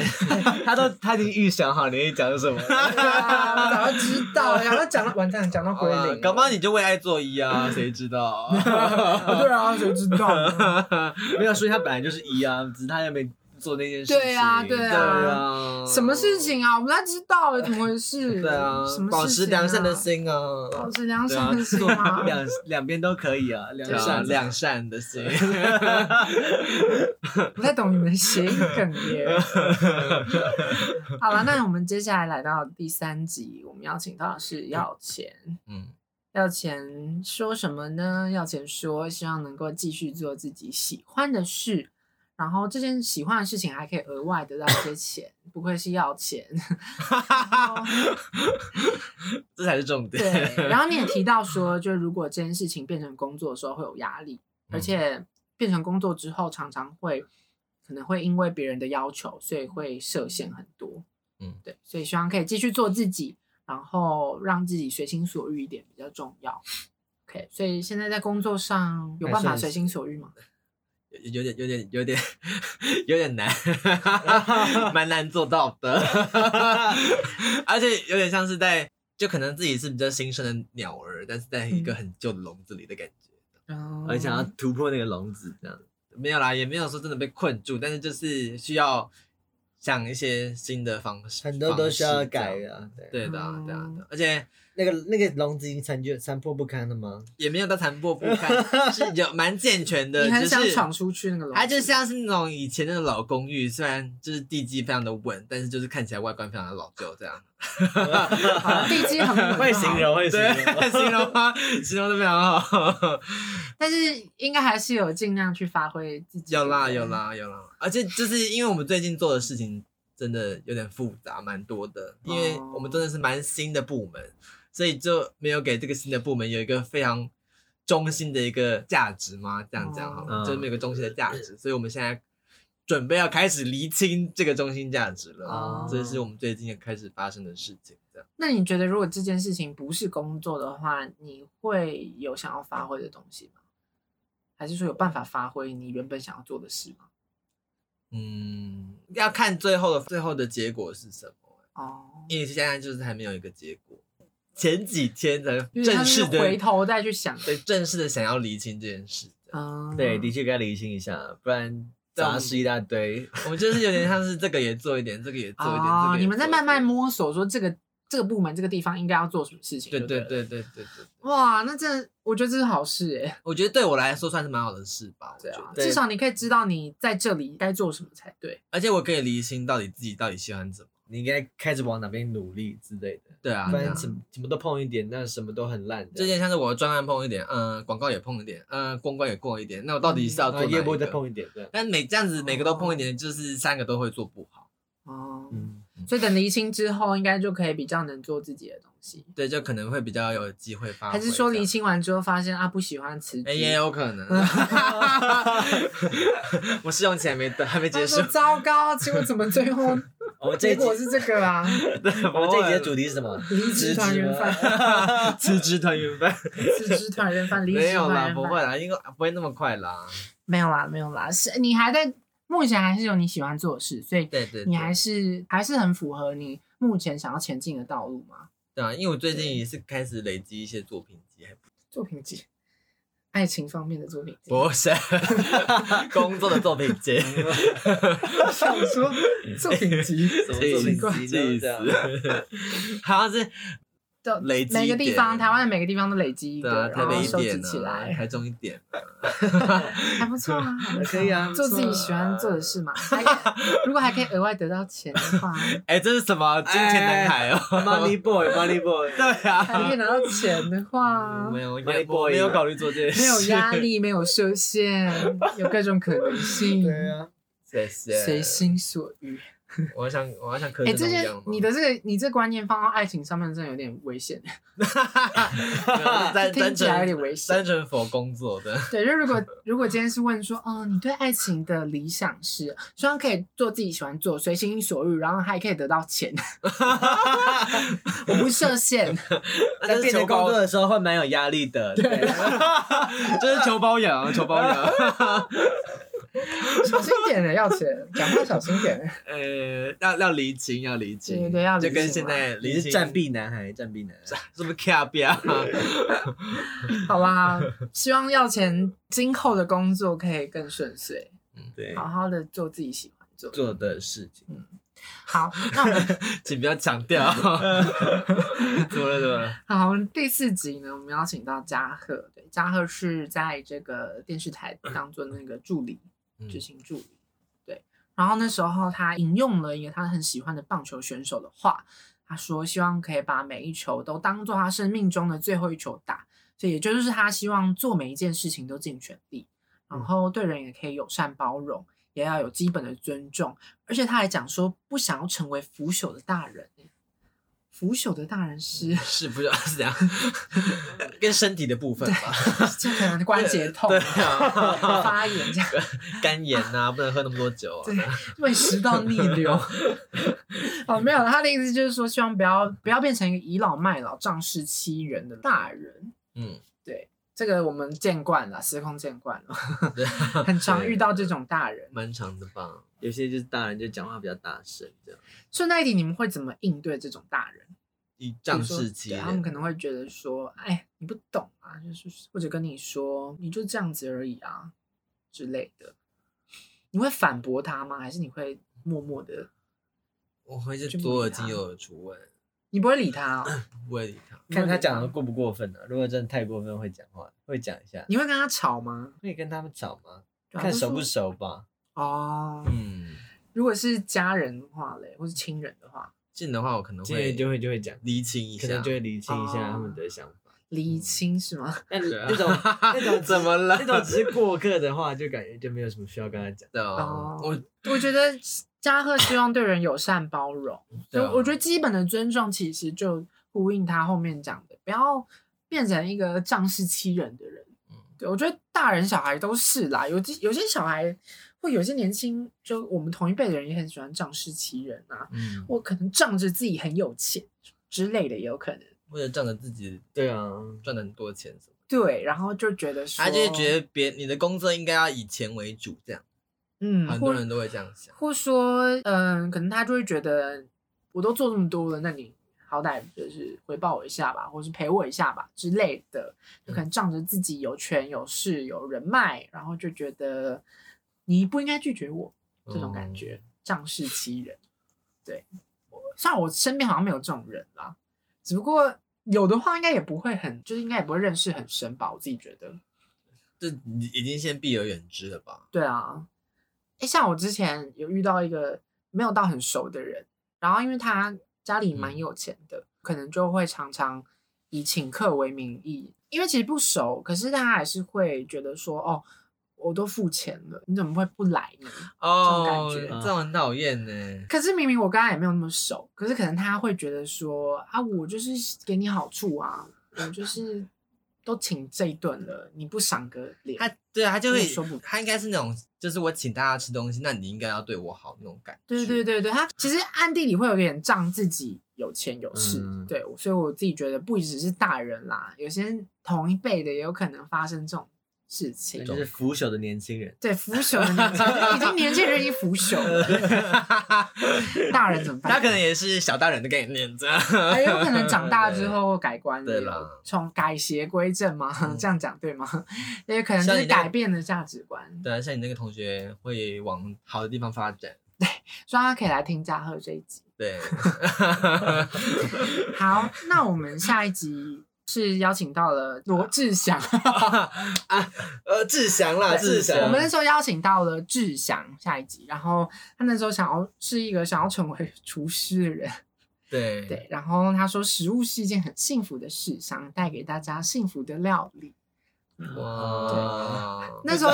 Speaker 4: 他都他已经预想好你会讲什么了，
Speaker 2: 啊我早就知道了，然后讲到完蛋，讲到 归
Speaker 4: 哦
Speaker 2: 零了，
Speaker 3: 搞不好你就为爱作揖啊，谁知 道？
Speaker 2: 啊 对啊，谁知道呢？
Speaker 4: 没有，所以他本来就是一啊，只是他又没做那件事情。
Speaker 2: 对啊对
Speaker 4: 对
Speaker 2: 啊
Speaker 4: 啊
Speaker 2: 什么事？情啊？我们哪知道怎么回事？
Speaker 4: 对啊
Speaker 2: 什么事情啊
Speaker 3: 保持良善的，心啊，
Speaker 2: 保持良
Speaker 4: 对啊
Speaker 2: 善的心啊，
Speaker 4: 两两边都可以啊，两
Speaker 3: 对啊
Speaker 4: 善
Speaker 3: 良善的心。
Speaker 2: 不太懂你们的谐音梗 耶。好了，那我们接下来来到第三集，我们邀请到的是要钱。
Speaker 3: 嗯，
Speaker 2: 要钱说什么呢？要钱说希望能够继续做自己喜欢的事，然后这件喜欢的事情还可以额外得到一些钱，不愧是要 钱。
Speaker 3: 这才是重点。
Speaker 2: 对，然后你也提到说，就是如果这件事情变成工作的时候会有压力，
Speaker 4: 嗯
Speaker 2: 而且变成工作之后，常常会可能会因为别人的要求，所以会设限很多。
Speaker 3: 嗯，
Speaker 2: 对，所以希望可以继续做自己，然后让自己随心所欲一点比较重要。OK，所以现在在工作上有
Speaker 4: 还
Speaker 2: 办法
Speaker 4: 算
Speaker 2: 随
Speaker 4: 是
Speaker 2: 心所欲吗？
Speaker 3: 有点有点有点有点难， 蛮难做到的， 而且有点像是在就可能自己是比较新生的鸟儿，但是在一
Speaker 4: 嗯
Speaker 3: 个很旧的笼子里的感觉，
Speaker 2: 嗯
Speaker 4: 很想要突破那个笼子，这样
Speaker 3: 没有啦，也没有说真的被困住，但是就是需要想一些新的方式，
Speaker 4: 很多都需要改
Speaker 3: 方式
Speaker 4: 的啊。对，
Speaker 3: 这样，对的啊、
Speaker 2: 嗯
Speaker 3: 对啊，对啊而且
Speaker 4: 那个那个笼子已经残缺残破不堪了 吗？
Speaker 3: 也没有到残破不堪，是有蛮健全 的，
Speaker 2: 你很想
Speaker 3: 就是
Speaker 2: 闯出去那个楼，
Speaker 3: 它就像是那种以前那种老公寓，虽然就是地基非常的稳，但是就是看起来外观非常的老旧，这样。
Speaker 2: 好地基很 稳
Speaker 4: 会形容，会形容。
Speaker 3: 对，形容啊，形容的非常好。
Speaker 2: 但是应该还是有尽量去发挥自己。
Speaker 3: 有啦，有。啦，有啦。而且就是因为我们最近做的事情真的有点复杂，蛮多的，因为
Speaker 2: 哦
Speaker 3: 我们真的是蛮新的部门，所以就没有给这个新的部门有一个非常中心的一个价值嘛，这样讲好
Speaker 2: 哦
Speaker 3: 了，
Speaker 4: 嗯
Speaker 3: 就是没有一个中心的价
Speaker 2: 嗯
Speaker 3: 值， 所以我们现在准备要开始厘清这个中心价值了，
Speaker 2: 哦
Speaker 3: 这是我们最近开始发生的事情。这样。
Speaker 2: 那你觉得，如果这件事情不是工作的话，你会有想要发挥的东西吗？还是说有办法发挥你原本想要做的事吗？
Speaker 3: 嗯，要看最后的最后的结果是什么，
Speaker 2: 哦，
Speaker 3: 因为现在就是还没有一个结果。前几天才
Speaker 2: 因为他
Speaker 3: 正
Speaker 2: 是
Speaker 3: 式的
Speaker 2: 回头再去想。
Speaker 3: 对正式的想要厘清这件事，
Speaker 2: 嗯，
Speaker 4: 对，的确该理清一下，不然杂事一大堆。
Speaker 3: 我们就是有点像是这个也做一点，这个也做一点，这
Speaker 2: 哦
Speaker 3: 个，也
Speaker 2: 你们在
Speaker 3: 做一
Speaker 2: 慢慢
Speaker 3: 点。
Speaker 2: 摸索，说这个这个部门这个地方应该要做什么事情。
Speaker 3: 对
Speaker 2: 对
Speaker 3: 对
Speaker 2: 了，
Speaker 3: 对对对对，
Speaker 2: 哇，那这我觉得这是好事哎。
Speaker 3: 我觉得对我来说算是蛮好的事吧，我
Speaker 2: 对
Speaker 3: 觉
Speaker 2: 啊，
Speaker 3: 得，
Speaker 2: 至少你可以知道你在这里该做什么才对。
Speaker 3: 而且我可以厘清到底自己到底喜欢怎么。
Speaker 4: 你应该开始往哪边努力之类的，
Speaker 3: 对啊，
Speaker 4: 不
Speaker 3: 对
Speaker 4: 然
Speaker 3: 啊
Speaker 4: 什么什么都碰一点，那什么都很烂。
Speaker 3: 这件像是我的专案碰一点，嗯，广告也碰一点，嗯，公关也过一点，那我到底是要
Speaker 4: 然
Speaker 3: 做
Speaker 4: 后
Speaker 3: 哪一
Speaker 4: 夜波嗯再
Speaker 3: 个？
Speaker 4: 碰一哦点，对。啊
Speaker 3: 但每这样子每个都碰一点，就是三个都会做不好。
Speaker 2: 哦，
Speaker 4: 嗯，
Speaker 2: 所以等厘清之后，应该就可以比较能做自己的东西。
Speaker 3: 对，就可能会比较有机会发挥
Speaker 2: 还
Speaker 3: 这样。
Speaker 2: 是说厘清完之后发现啊不喜欢辞职？
Speaker 3: 哎、也有可 能。我试用期还没到，还没
Speaker 2: 他
Speaker 3: 结束
Speaker 2: 说。糟糕，结果怎么最 后
Speaker 4: 我们这一
Speaker 2: 结
Speaker 4: 集
Speaker 2: 果是这个啊？
Speaker 4: 我们这一集的主 题是什么？
Speaker 2: 离职团圆饭，
Speaker 3: 饭，辞职团圆 饭。
Speaker 2: 辞职团圆饭，离
Speaker 3: 没
Speaker 2: 职
Speaker 3: 有
Speaker 2: 团
Speaker 3: 啦，
Speaker 2: 圆
Speaker 3: 不
Speaker 2: 饭
Speaker 3: 会啦，应该不会那么快啦。
Speaker 2: 没有啦，没有啦，是你还在目前还是有你喜欢做的事，所以
Speaker 3: 对对对
Speaker 2: 你还是还是很符合你目前想要前进的道路嘛？
Speaker 3: 对啊，因为我最近也是开始累积一些作品集，还
Speaker 2: 作品集，爱情方面的作品集。
Speaker 3: 不是 工作的作品 集。
Speaker 2: 我想说作品 集
Speaker 4: 怎么这么
Speaker 2: 奇怪
Speaker 4: 急呢？啊
Speaker 3: 气
Speaker 4: 这样
Speaker 3: 死！ 好像是
Speaker 2: 就
Speaker 3: 累积
Speaker 2: 每个
Speaker 3: 一
Speaker 2: 地
Speaker 3: 点
Speaker 2: 方，台湾的每个地方都累积一
Speaker 3: 对
Speaker 2: 个，
Speaker 3: 啊，台
Speaker 2: 然
Speaker 3: 北
Speaker 2: 后
Speaker 3: 一
Speaker 2: 收集
Speaker 3: 点
Speaker 2: 起
Speaker 3: 啊，
Speaker 2: 来，
Speaker 3: 台中一点啊，
Speaker 2: 还不错啊，还不错
Speaker 4: 可以啊
Speaker 2: 做自己
Speaker 4: 不错啊
Speaker 2: 喜欢做的事嘛。还如果还可以额外得到钱的话，
Speaker 3: 哎，这是什么金钱男孩哦
Speaker 4: Money Boy，Money Boy，
Speaker 3: 对
Speaker 2: 还可以
Speaker 3: 啊，
Speaker 2: 拿到钱的话，
Speaker 4: 嗯
Speaker 3: 没有，
Speaker 4: Money
Speaker 3: 我
Speaker 4: boy
Speaker 3: 没有考虑做这件事，
Speaker 2: 没 有压力，没有受限，有各种可能性，
Speaker 4: 对啊，
Speaker 3: 谢谢，
Speaker 2: 随心所欲。
Speaker 3: 我要像我要像柯
Speaker 2: 哎、
Speaker 3: 震
Speaker 2: 这
Speaker 3: 东一
Speaker 2: 些
Speaker 3: 样吗？
Speaker 2: 你的这个你这观念放到爱情上面，真的有点危险。
Speaker 3: 单
Speaker 2: 听
Speaker 3: 单
Speaker 2: 起来有点
Speaker 3: 纯
Speaker 2: 危险
Speaker 3: 单纯否工作 的，
Speaker 2: 对，就如果如果今天是问说，哦，你对爱情的理想是，希望可以做自己喜欢做，随心所欲，然后还可以得到钱， 我不设限。
Speaker 4: 在变成工作的时候会蛮有压力的，对，
Speaker 6: 这是求包养，求包养。
Speaker 2: 小心点的要钱，讲话小心 点。
Speaker 3: 呃，要要离情，要离情，
Speaker 2: 对对要离
Speaker 3: 就跟
Speaker 2: 情
Speaker 3: 现
Speaker 2: 嘛
Speaker 3: 在
Speaker 4: 你
Speaker 3: 离
Speaker 4: 是
Speaker 3: 情
Speaker 4: 战臂男孩，战臂男孩，
Speaker 3: 是不是卡比啊？
Speaker 2: 好啦，希望要钱今后的工作可以更顺遂，
Speaker 4: 对，
Speaker 2: 好好的做自己喜欢做。
Speaker 4: 做的事情。
Speaker 2: 好，那我们
Speaker 3: 请不要强 调。怎么了？怎么了？
Speaker 2: 好，我们第四集呢，我们邀请到嘉禾，对，嘉禾是在这个电视台当做那个助理，执行助理，对。然后那时候他引用了一个他很喜欢的棒球选手的话，他说希望可以把每一球都当做他生命中的最后一球打，所以也就是他希望做每一件事情都尽全力，然后对人也可以友善包容，也要有基本的尊重，而且他还讲说不想要成为腐朽的大人。欸腐朽的大人是。
Speaker 3: 是不是是 这样？跟身体的部分吧，
Speaker 2: 这可能关节痛、
Speaker 3: 对 啊
Speaker 2: 发炎 这样，
Speaker 3: 肝炎呐，不能喝那么多酒啊
Speaker 2: 对。，胃食道逆流。哦，没有啦，他的意思就是说，希望不要不要变成一个倚老卖老、仗势欺人的大人。
Speaker 3: 嗯，
Speaker 2: 这个我们见惯了，司空见惯 了，
Speaker 3: 对，
Speaker 2: 很常遇到这种大人。
Speaker 3: 蛮长的吧？
Speaker 4: 有些就是大人就讲话比较大声，这样。
Speaker 2: 顺带一提，你们会怎么应对这种大人？
Speaker 3: 以
Speaker 2: 比如
Speaker 3: 仗
Speaker 2: 说
Speaker 3: 势欺
Speaker 2: 对他们
Speaker 3: 人，
Speaker 2: 可能会觉得说，哎，你不懂啊，就是或者跟你说，你就这样子而已啊之类的。你会反驳他吗？还是你会默默的？
Speaker 3: 我会是
Speaker 2: 去
Speaker 3: 左耳
Speaker 2: 理他
Speaker 3: 进右耳出问，
Speaker 2: 你不会理他哦？
Speaker 3: 不会理他。
Speaker 4: 看他讲的过不过分啊？如果真的太过分，会讲话，会讲一下。
Speaker 2: 你会跟他吵吗？
Speaker 4: 会跟他们吵吗？
Speaker 2: 对啊
Speaker 4: 看
Speaker 2: 就
Speaker 4: 熟不
Speaker 2: 说
Speaker 4: 熟吧。
Speaker 2: 哦。
Speaker 3: 嗯，
Speaker 2: 如果是家人的话嘞，或是亲人的话，
Speaker 3: 近的话我可能
Speaker 4: 这
Speaker 3: 会
Speaker 4: 就会就会讲，
Speaker 3: 厘清一
Speaker 4: 可
Speaker 3: 下
Speaker 4: 能就。会理清一
Speaker 2: 哦
Speaker 4: 下他们的想法。
Speaker 2: 离亲是吗？
Speaker 4: 但
Speaker 3: 对啊
Speaker 4: 那种 那种
Speaker 3: 怎么了
Speaker 4: 那种只是过客的话，就感觉就没有什么需要跟他讲。
Speaker 3: 对啊
Speaker 2: 哦，
Speaker 3: 我
Speaker 2: 我觉得嘉禾希望对人友善包容，
Speaker 3: 对
Speaker 2: 所以
Speaker 3: 啊
Speaker 2: 我觉得基本的尊重其实就呼应他后面讲的，不要变成一个仗势欺人的人。
Speaker 3: 嗯
Speaker 2: 对，我觉得大人小孩都是啦，有些有些小孩或有些年轻，就我们同一辈的人也很喜欢仗势欺人啊。
Speaker 3: 嗯，
Speaker 2: 我可能仗着自己很有钱之类的，也有可能。
Speaker 3: 为了仗着自己
Speaker 4: 对啊，
Speaker 3: 赚了很多钱什么，
Speaker 2: 对，然后就觉得说，
Speaker 3: 他就是觉得别你的工作应该要以钱为主，这样
Speaker 2: 嗯，
Speaker 3: 很
Speaker 2: 或
Speaker 3: 多人都会这样想。
Speaker 2: 或说，嗯，可能他就会觉得我都做这么多了，那你好歹就是回报我一下吧，或是陪我一下吧之类的，就可能仗着自己有权有势有人脉，然后就觉得你不应该拒绝我这种感觉，仗势欺人。对，我虽然我身边好像没有这种人啦，只不过有的话应该也不会很，就是应该也不会认识很深吧，我自己觉得。
Speaker 3: 这你已经先避而远之了吧？
Speaker 2: 对啊，哎，像我之前有遇到一个没有到很熟的人，然后因为他家里蛮
Speaker 3: 嗯
Speaker 2: 有钱的，可能就会常常以请客为名义，因为其实不熟，可是他还是会觉得说，哦，我都付钱了，你怎么会不来呢？这种
Speaker 3: 哦，
Speaker 4: 感觉
Speaker 3: 这种很讨厌呢。
Speaker 2: 可是明明我跟他也没有那么熟，可是可能他会觉得说，啊，我就是给你好处啊，我就是都请这一顿了，你不赏个脸，
Speaker 3: 他对啊他就
Speaker 2: 真
Speaker 3: 会
Speaker 2: 的说不，
Speaker 3: 他应该是那种，就是我请大家吃东西，那你应该要对我好那种感觉。
Speaker 2: 对对对对，他其实暗地里会有点仗自己有钱有势，
Speaker 4: 嗯
Speaker 2: 对，所以我自己觉得不只是大人啦，有些同一辈的也有可能发生这种事情
Speaker 4: 那。就是腐朽的年轻人。
Speaker 2: 对，腐朽的年轻人，已经年轻人已经腐朽了，大人怎么办？
Speaker 3: 他可能也是小大人的概念，这样。
Speaker 2: 还有可能长大之后改观
Speaker 3: 对啦
Speaker 2: 了，从改邪归正嘛，
Speaker 3: 嗯
Speaker 2: 这样讲对吗？也可能就
Speaker 3: 像
Speaker 2: 是
Speaker 3: 你那
Speaker 2: 改变了价值观，
Speaker 3: 对啊，像你那个同学会往好的地方发展。
Speaker 2: 所以大家可以来听嘉禾这一集。
Speaker 3: 对，
Speaker 2: 好，那我们下一集是邀请到了罗志祥。
Speaker 3: 呃，志祥啦，
Speaker 2: 对
Speaker 3: 志祥，
Speaker 2: 我们那时候邀请到了志祥下一集，然后他那时候想要是一个想要成为厨师的人，
Speaker 3: 对
Speaker 2: 对，然后他说食物是一件很幸福的事，想带给大家幸福的料理。
Speaker 3: 哇，呃
Speaker 2: 那 时候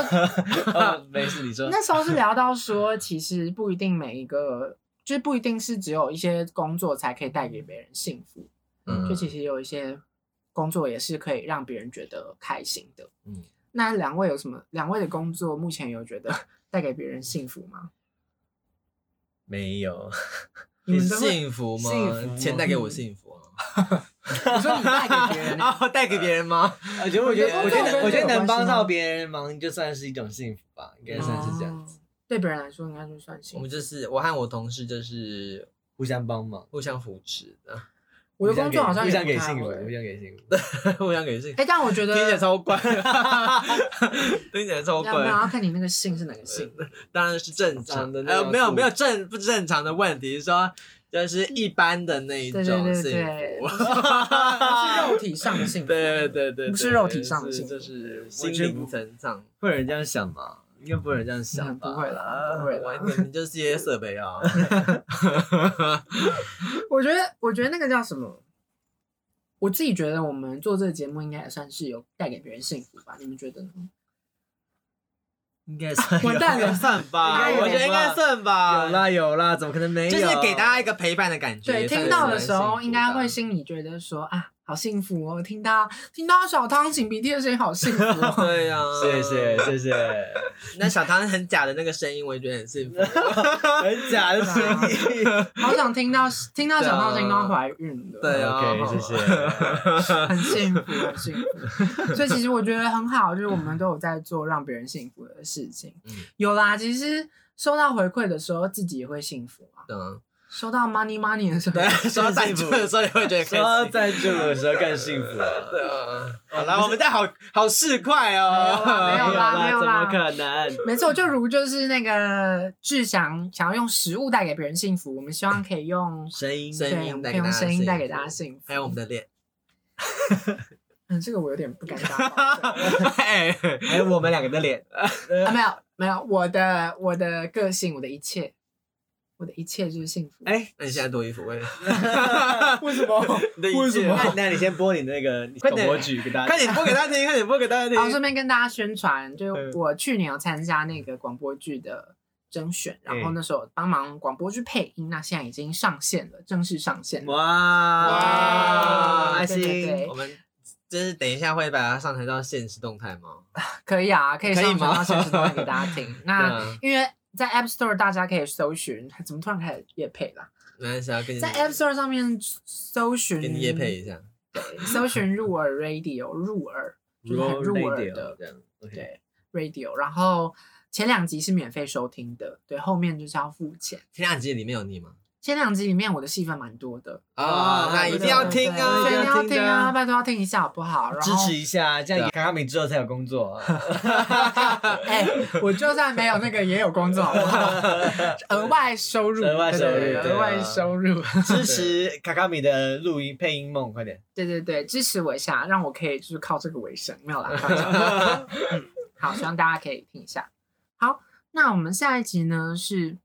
Speaker 4: 哦没事，你说。
Speaker 2: 那时候是聊到说，其实不一定每一个就是不一定是只有一些工作才可以带给别人幸福，
Speaker 3: 嗯
Speaker 2: 就其实有一些工作也是可以让别人觉得开心的。
Speaker 4: 嗯，
Speaker 2: 那两位有什么？两位的工作目前有觉得带给别人幸福吗？
Speaker 4: 没有，
Speaker 2: 你们都会
Speaker 3: 幸福吗？
Speaker 4: 幸福吗
Speaker 3: 钱带给我幸福啊！，
Speaker 2: 你说你带给别人
Speaker 3: 哦，带给别人吗？
Speaker 4: 我觉得我觉得
Speaker 2: 我
Speaker 4: 我
Speaker 2: 觉得工作
Speaker 4: 觉得
Speaker 2: 跟
Speaker 4: 我觉
Speaker 2: 这有
Speaker 4: 得能
Speaker 2: 关
Speaker 4: 帮
Speaker 2: 系
Speaker 4: 到
Speaker 2: 吗
Speaker 4: 别人忙就算是一种幸福吧，应该算是这样子，
Speaker 2: 哦对别人来说应该就算幸
Speaker 3: 我
Speaker 2: 福
Speaker 3: 们。就是我和我同事就是
Speaker 4: 互相帮忙。
Speaker 3: 互相扶持的，
Speaker 2: 我的工作好像
Speaker 4: 互
Speaker 2: 也
Speaker 4: 相
Speaker 2: 不
Speaker 4: 给
Speaker 2: 太
Speaker 4: 幸福，
Speaker 2: 会
Speaker 4: 互相给幸福。
Speaker 3: 互相给幸福
Speaker 2: 哎，。但我觉得
Speaker 3: 听起来超怪，听起来超
Speaker 2: 没有，没有要
Speaker 3: 怪，
Speaker 2: 看你那个姓是哪个 姓。
Speaker 3: 当然是正常
Speaker 4: 长
Speaker 3: 的
Speaker 4: 得，那
Speaker 3: 呃，
Speaker 4: 样
Speaker 3: 没有
Speaker 4: 子
Speaker 3: 没有正不正常的问题，说就是一般的那一
Speaker 2: 对
Speaker 3: 种
Speaker 2: 对对
Speaker 3: 幸
Speaker 2: 对，
Speaker 3: 福
Speaker 2: 不，是不 是肉体上的幸福。
Speaker 3: 对对对对，
Speaker 2: 不是
Speaker 3: 对
Speaker 2: 肉体上的
Speaker 3: 是
Speaker 2: 幸福
Speaker 3: 就是
Speaker 4: 我
Speaker 3: 心
Speaker 4: 觉得
Speaker 3: 灵
Speaker 4: 不
Speaker 3: 层上。
Speaker 4: 会有人这样想吗？应该不会有人这样想吧？啊
Speaker 2: 嗯不会啦不会啦
Speaker 3: 完全就是这些设备 啊，
Speaker 2: 我觉得，我觉得那个叫什么？我自己觉得我们做这个节目应该也算是有带给别人幸福吧？你们觉得呢？
Speaker 4: 应该算
Speaker 2: 完蛋了
Speaker 4: 应该算吧？
Speaker 3: 啊
Speaker 2: 应该有
Speaker 3: 我觉得应该算吧，
Speaker 4: 有啦有啦，怎么可能没有？
Speaker 3: 就是给大家一个陪伴的感觉。
Speaker 2: 对，
Speaker 3: 也算是
Speaker 2: 听到的时候应该会
Speaker 3: 蛮幸
Speaker 2: 心里觉得说啊，好幸福哦！听到听到小汤擤鼻涕的声音，好幸福、
Speaker 3: 福 的。
Speaker 2: 哦。
Speaker 3: 对呀，
Speaker 4: 谢谢谢谢，
Speaker 3: 那小唐很假的那个声音，我也觉得很幸福。
Speaker 4: 很假的声 音。
Speaker 2: 好想听到听到小汤声音都怀孕了。
Speaker 3: 对啊
Speaker 4: OK，谢谢。
Speaker 2: 很幸福，很幸福。所以其实我觉得很好，就是我们都有在做让别人幸福的事情。
Speaker 3: 嗯
Speaker 2: 有啦，其实收到回馈的时候，自己也会幸福啊。
Speaker 3: 嗯，
Speaker 2: 收到 money money 的时候，
Speaker 3: 对，啊说到赞助的时候，你会觉得
Speaker 4: 说到
Speaker 3: 开心。
Speaker 4: 赞助的时候更幸福
Speaker 3: 对
Speaker 4: 了。
Speaker 3: 啊好啦，我们在好好市侩
Speaker 2: 没有
Speaker 3: 哦。
Speaker 2: 啦没
Speaker 4: 没
Speaker 2: 有
Speaker 4: 有
Speaker 2: 啦
Speaker 4: 啦，怎么可能？
Speaker 2: 没错，就如就是那个志祥想要用食物带给别人幸福，我们希望可以用
Speaker 4: 声 音
Speaker 3: 声
Speaker 2: 对，我
Speaker 3: 音
Speaker 2: 们可以
Speaker 3: 带给大
Speaker 2: 用
Speaker 3: 家
Speaker 2: 声音带给
Speaker 3: 幸
Speaker 2: 大家
Speaker 3: 福
Speaker 2: 幸福。
Speaker 3: 还有我们的 脸，
Speaker 2: 嗯，这个我有点不敢 当。
Speaker 3: 哎，
Speaker 4: 还有我们两个的脸，
Speaker 2: 啊，没有没有，我的我的个性，我的一切，我的一切就是幸福。
Speaker 4: 哎，
Speaker 3: 那你现在脱衣服喂？
Speaker 4: 为什么？
Speaker 3: 你的一切为什么
Speaker 4: 那那你先播你那个
Speaker 3: 快
Speaker 4: 广
Speaker 3: 点
Speaker 4: 播剧给大家
Speaker 3: 快。点播给大家听，快点播给大家
Speaker 2: 然后
Speaker 3: 听
Speaker 2: 哦顺。便跟大家宣传，就是
Speaker 4: 嗯
Speaker 2: 我去年有参加那个广播剧的甄选，然
Speaker 3: 嗯
Speaker 2: 后那时候帮忙广播剧配音，那现在已经上线了，正式上线了。
Speaker 4: 哇，
Speaker 2: 哇
Speaker 4: 爱
Speaker 2: 对对
Speaker 4: 心
Speaker 2: 对
Speaker 3: 我们就是等一下会把它上传到现实动态吗？
Speaker 2: 可以啊，可以
Speaker 3: 可以
Speaker 2: 上传
Speaker 3: 吗
Speaker 2: 到现实动态给大家 听。那
Speaker 3: 对啊
Speaker 2: 因为在 App Store 大家可以搜寻，怎么突然开始夜配啦？
Speaker 3: 没关系啊，跟你
Speaker 2: 在 App Store 上面搜寻
Speaker 3: 给你夜配一下。
Speaker 2: 对搜寻入耳 Radio 入耳就是很入耳的
Speaker 4: 这样。OK，
Speaker 2: 对 Radio，然后前两集是免费收听的，对，后面就是要付钱。
Speaker 3: 前两集里面有你吗？
Speaker 2: 前两集里面我的戏份蛮多的，
Speaker 3: 啊，那一定要听啊
Speaker 2: 对！对对
Speaker 4: 一定要
Speaker 2: 一
Speaker 4: 听
Speaker 2: 定要听
Speaker 4: 的
Speaker 2: 啊，
Speaker 4: 啊
Speaker 2: 拜托要听一下好不好？然
Speaker 4: 支
Speaker 2: 后
Speaker 4: 持。一下，这样给卡卡米之后才有工作 啊。
Speaker 2: 哎，我就算没有那个也有工作，好不好？ 额外收入，
Speaker 4: 额外
Speaker 2: 对
Speaker 4: 收入
Speaker 2: 对对
Speaker 4: 对啊
Speaker 2: 额外收入，
Speaker 4: 支持卡卡米的录音配音梦，快点！
Speaker 2: 对对对，支持我一下，让我可以就是靠这个为生，没有啦。开 玩笑嗯好，希望大家可以听一下。好，那我们下一集呢是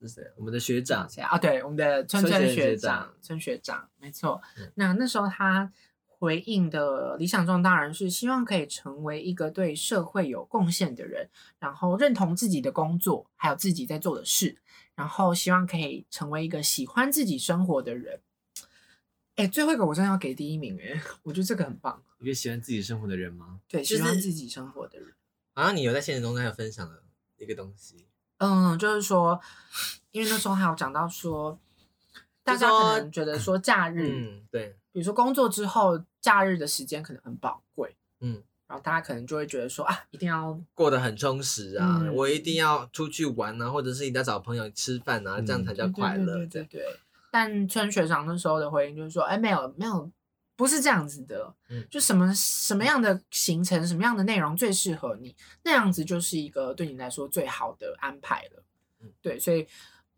Speaker 4: 是谁？我们的学长，
Speaker 2: 谁啊？对，我们的村
Speaker 4: 村
Speaker 2: 村
Speaker 4: 学
Speaker 2: 学
Speaker 4: 长
Speaker 2: 长，村学长，没错
Speaker 4: 嗯。
Speaker 2: 那那时候他回应的理想中当然是希望可以成为一个对社会有贡献的人，然后认同自己的工作，还有自己在做的事，然后希望可以成为一个喜欢自己生活的人。哎，最后一个我真的要给第一名哎，我觉得这个很棒。
Speaker 4: 一个喜欢自己生活的人吗？
Speaker 2: 对，
Speaker 3: 就是
Speaker 2: 喜欢自己生活的人。
Speaker 3: 好像你有在现实中还有分享了一个东西，
Speaker 2: 嗯，就是说，因为那时候还有讲到说，大
Speaker 3: 就
Speaker 2: 家可
Speaker 3: 说
Speaker 2: 能觉得说假日，
Speaker 3: 嗯，对，
Speaker 2: 比如说工作之后，假日的时间可能很宝贵，
Speaker 3: 嗯，
Speaker 2: 然后大家可能就会觉得说啊，一定要
Speaker 3: 过得很充实啊，
Speaker 2: 嗯
Speaker 3: 我一定要出去玩啊，或者是一定要找朋友吃饭啊，
Speaker 4: 嗯
Speaker 3: 这样才叫快
Speaker 2: 对
Speaker 3: 乐。
Speaker 2: 对
Speaker 3: 这
Speaker 2: 对对
Speaker 3: 样，
Speaker 2: 对。但村学长那时候的回应就是说，哎，没有没有，不是这样子的，
Speaker 3: 嗯
Speaker 2: 就什么什么样的行程，什么样的内容最适合你，那样子就是一个对你来说最好的安排了。
Speaker 3: 嗯
Speaker 2: 对，所以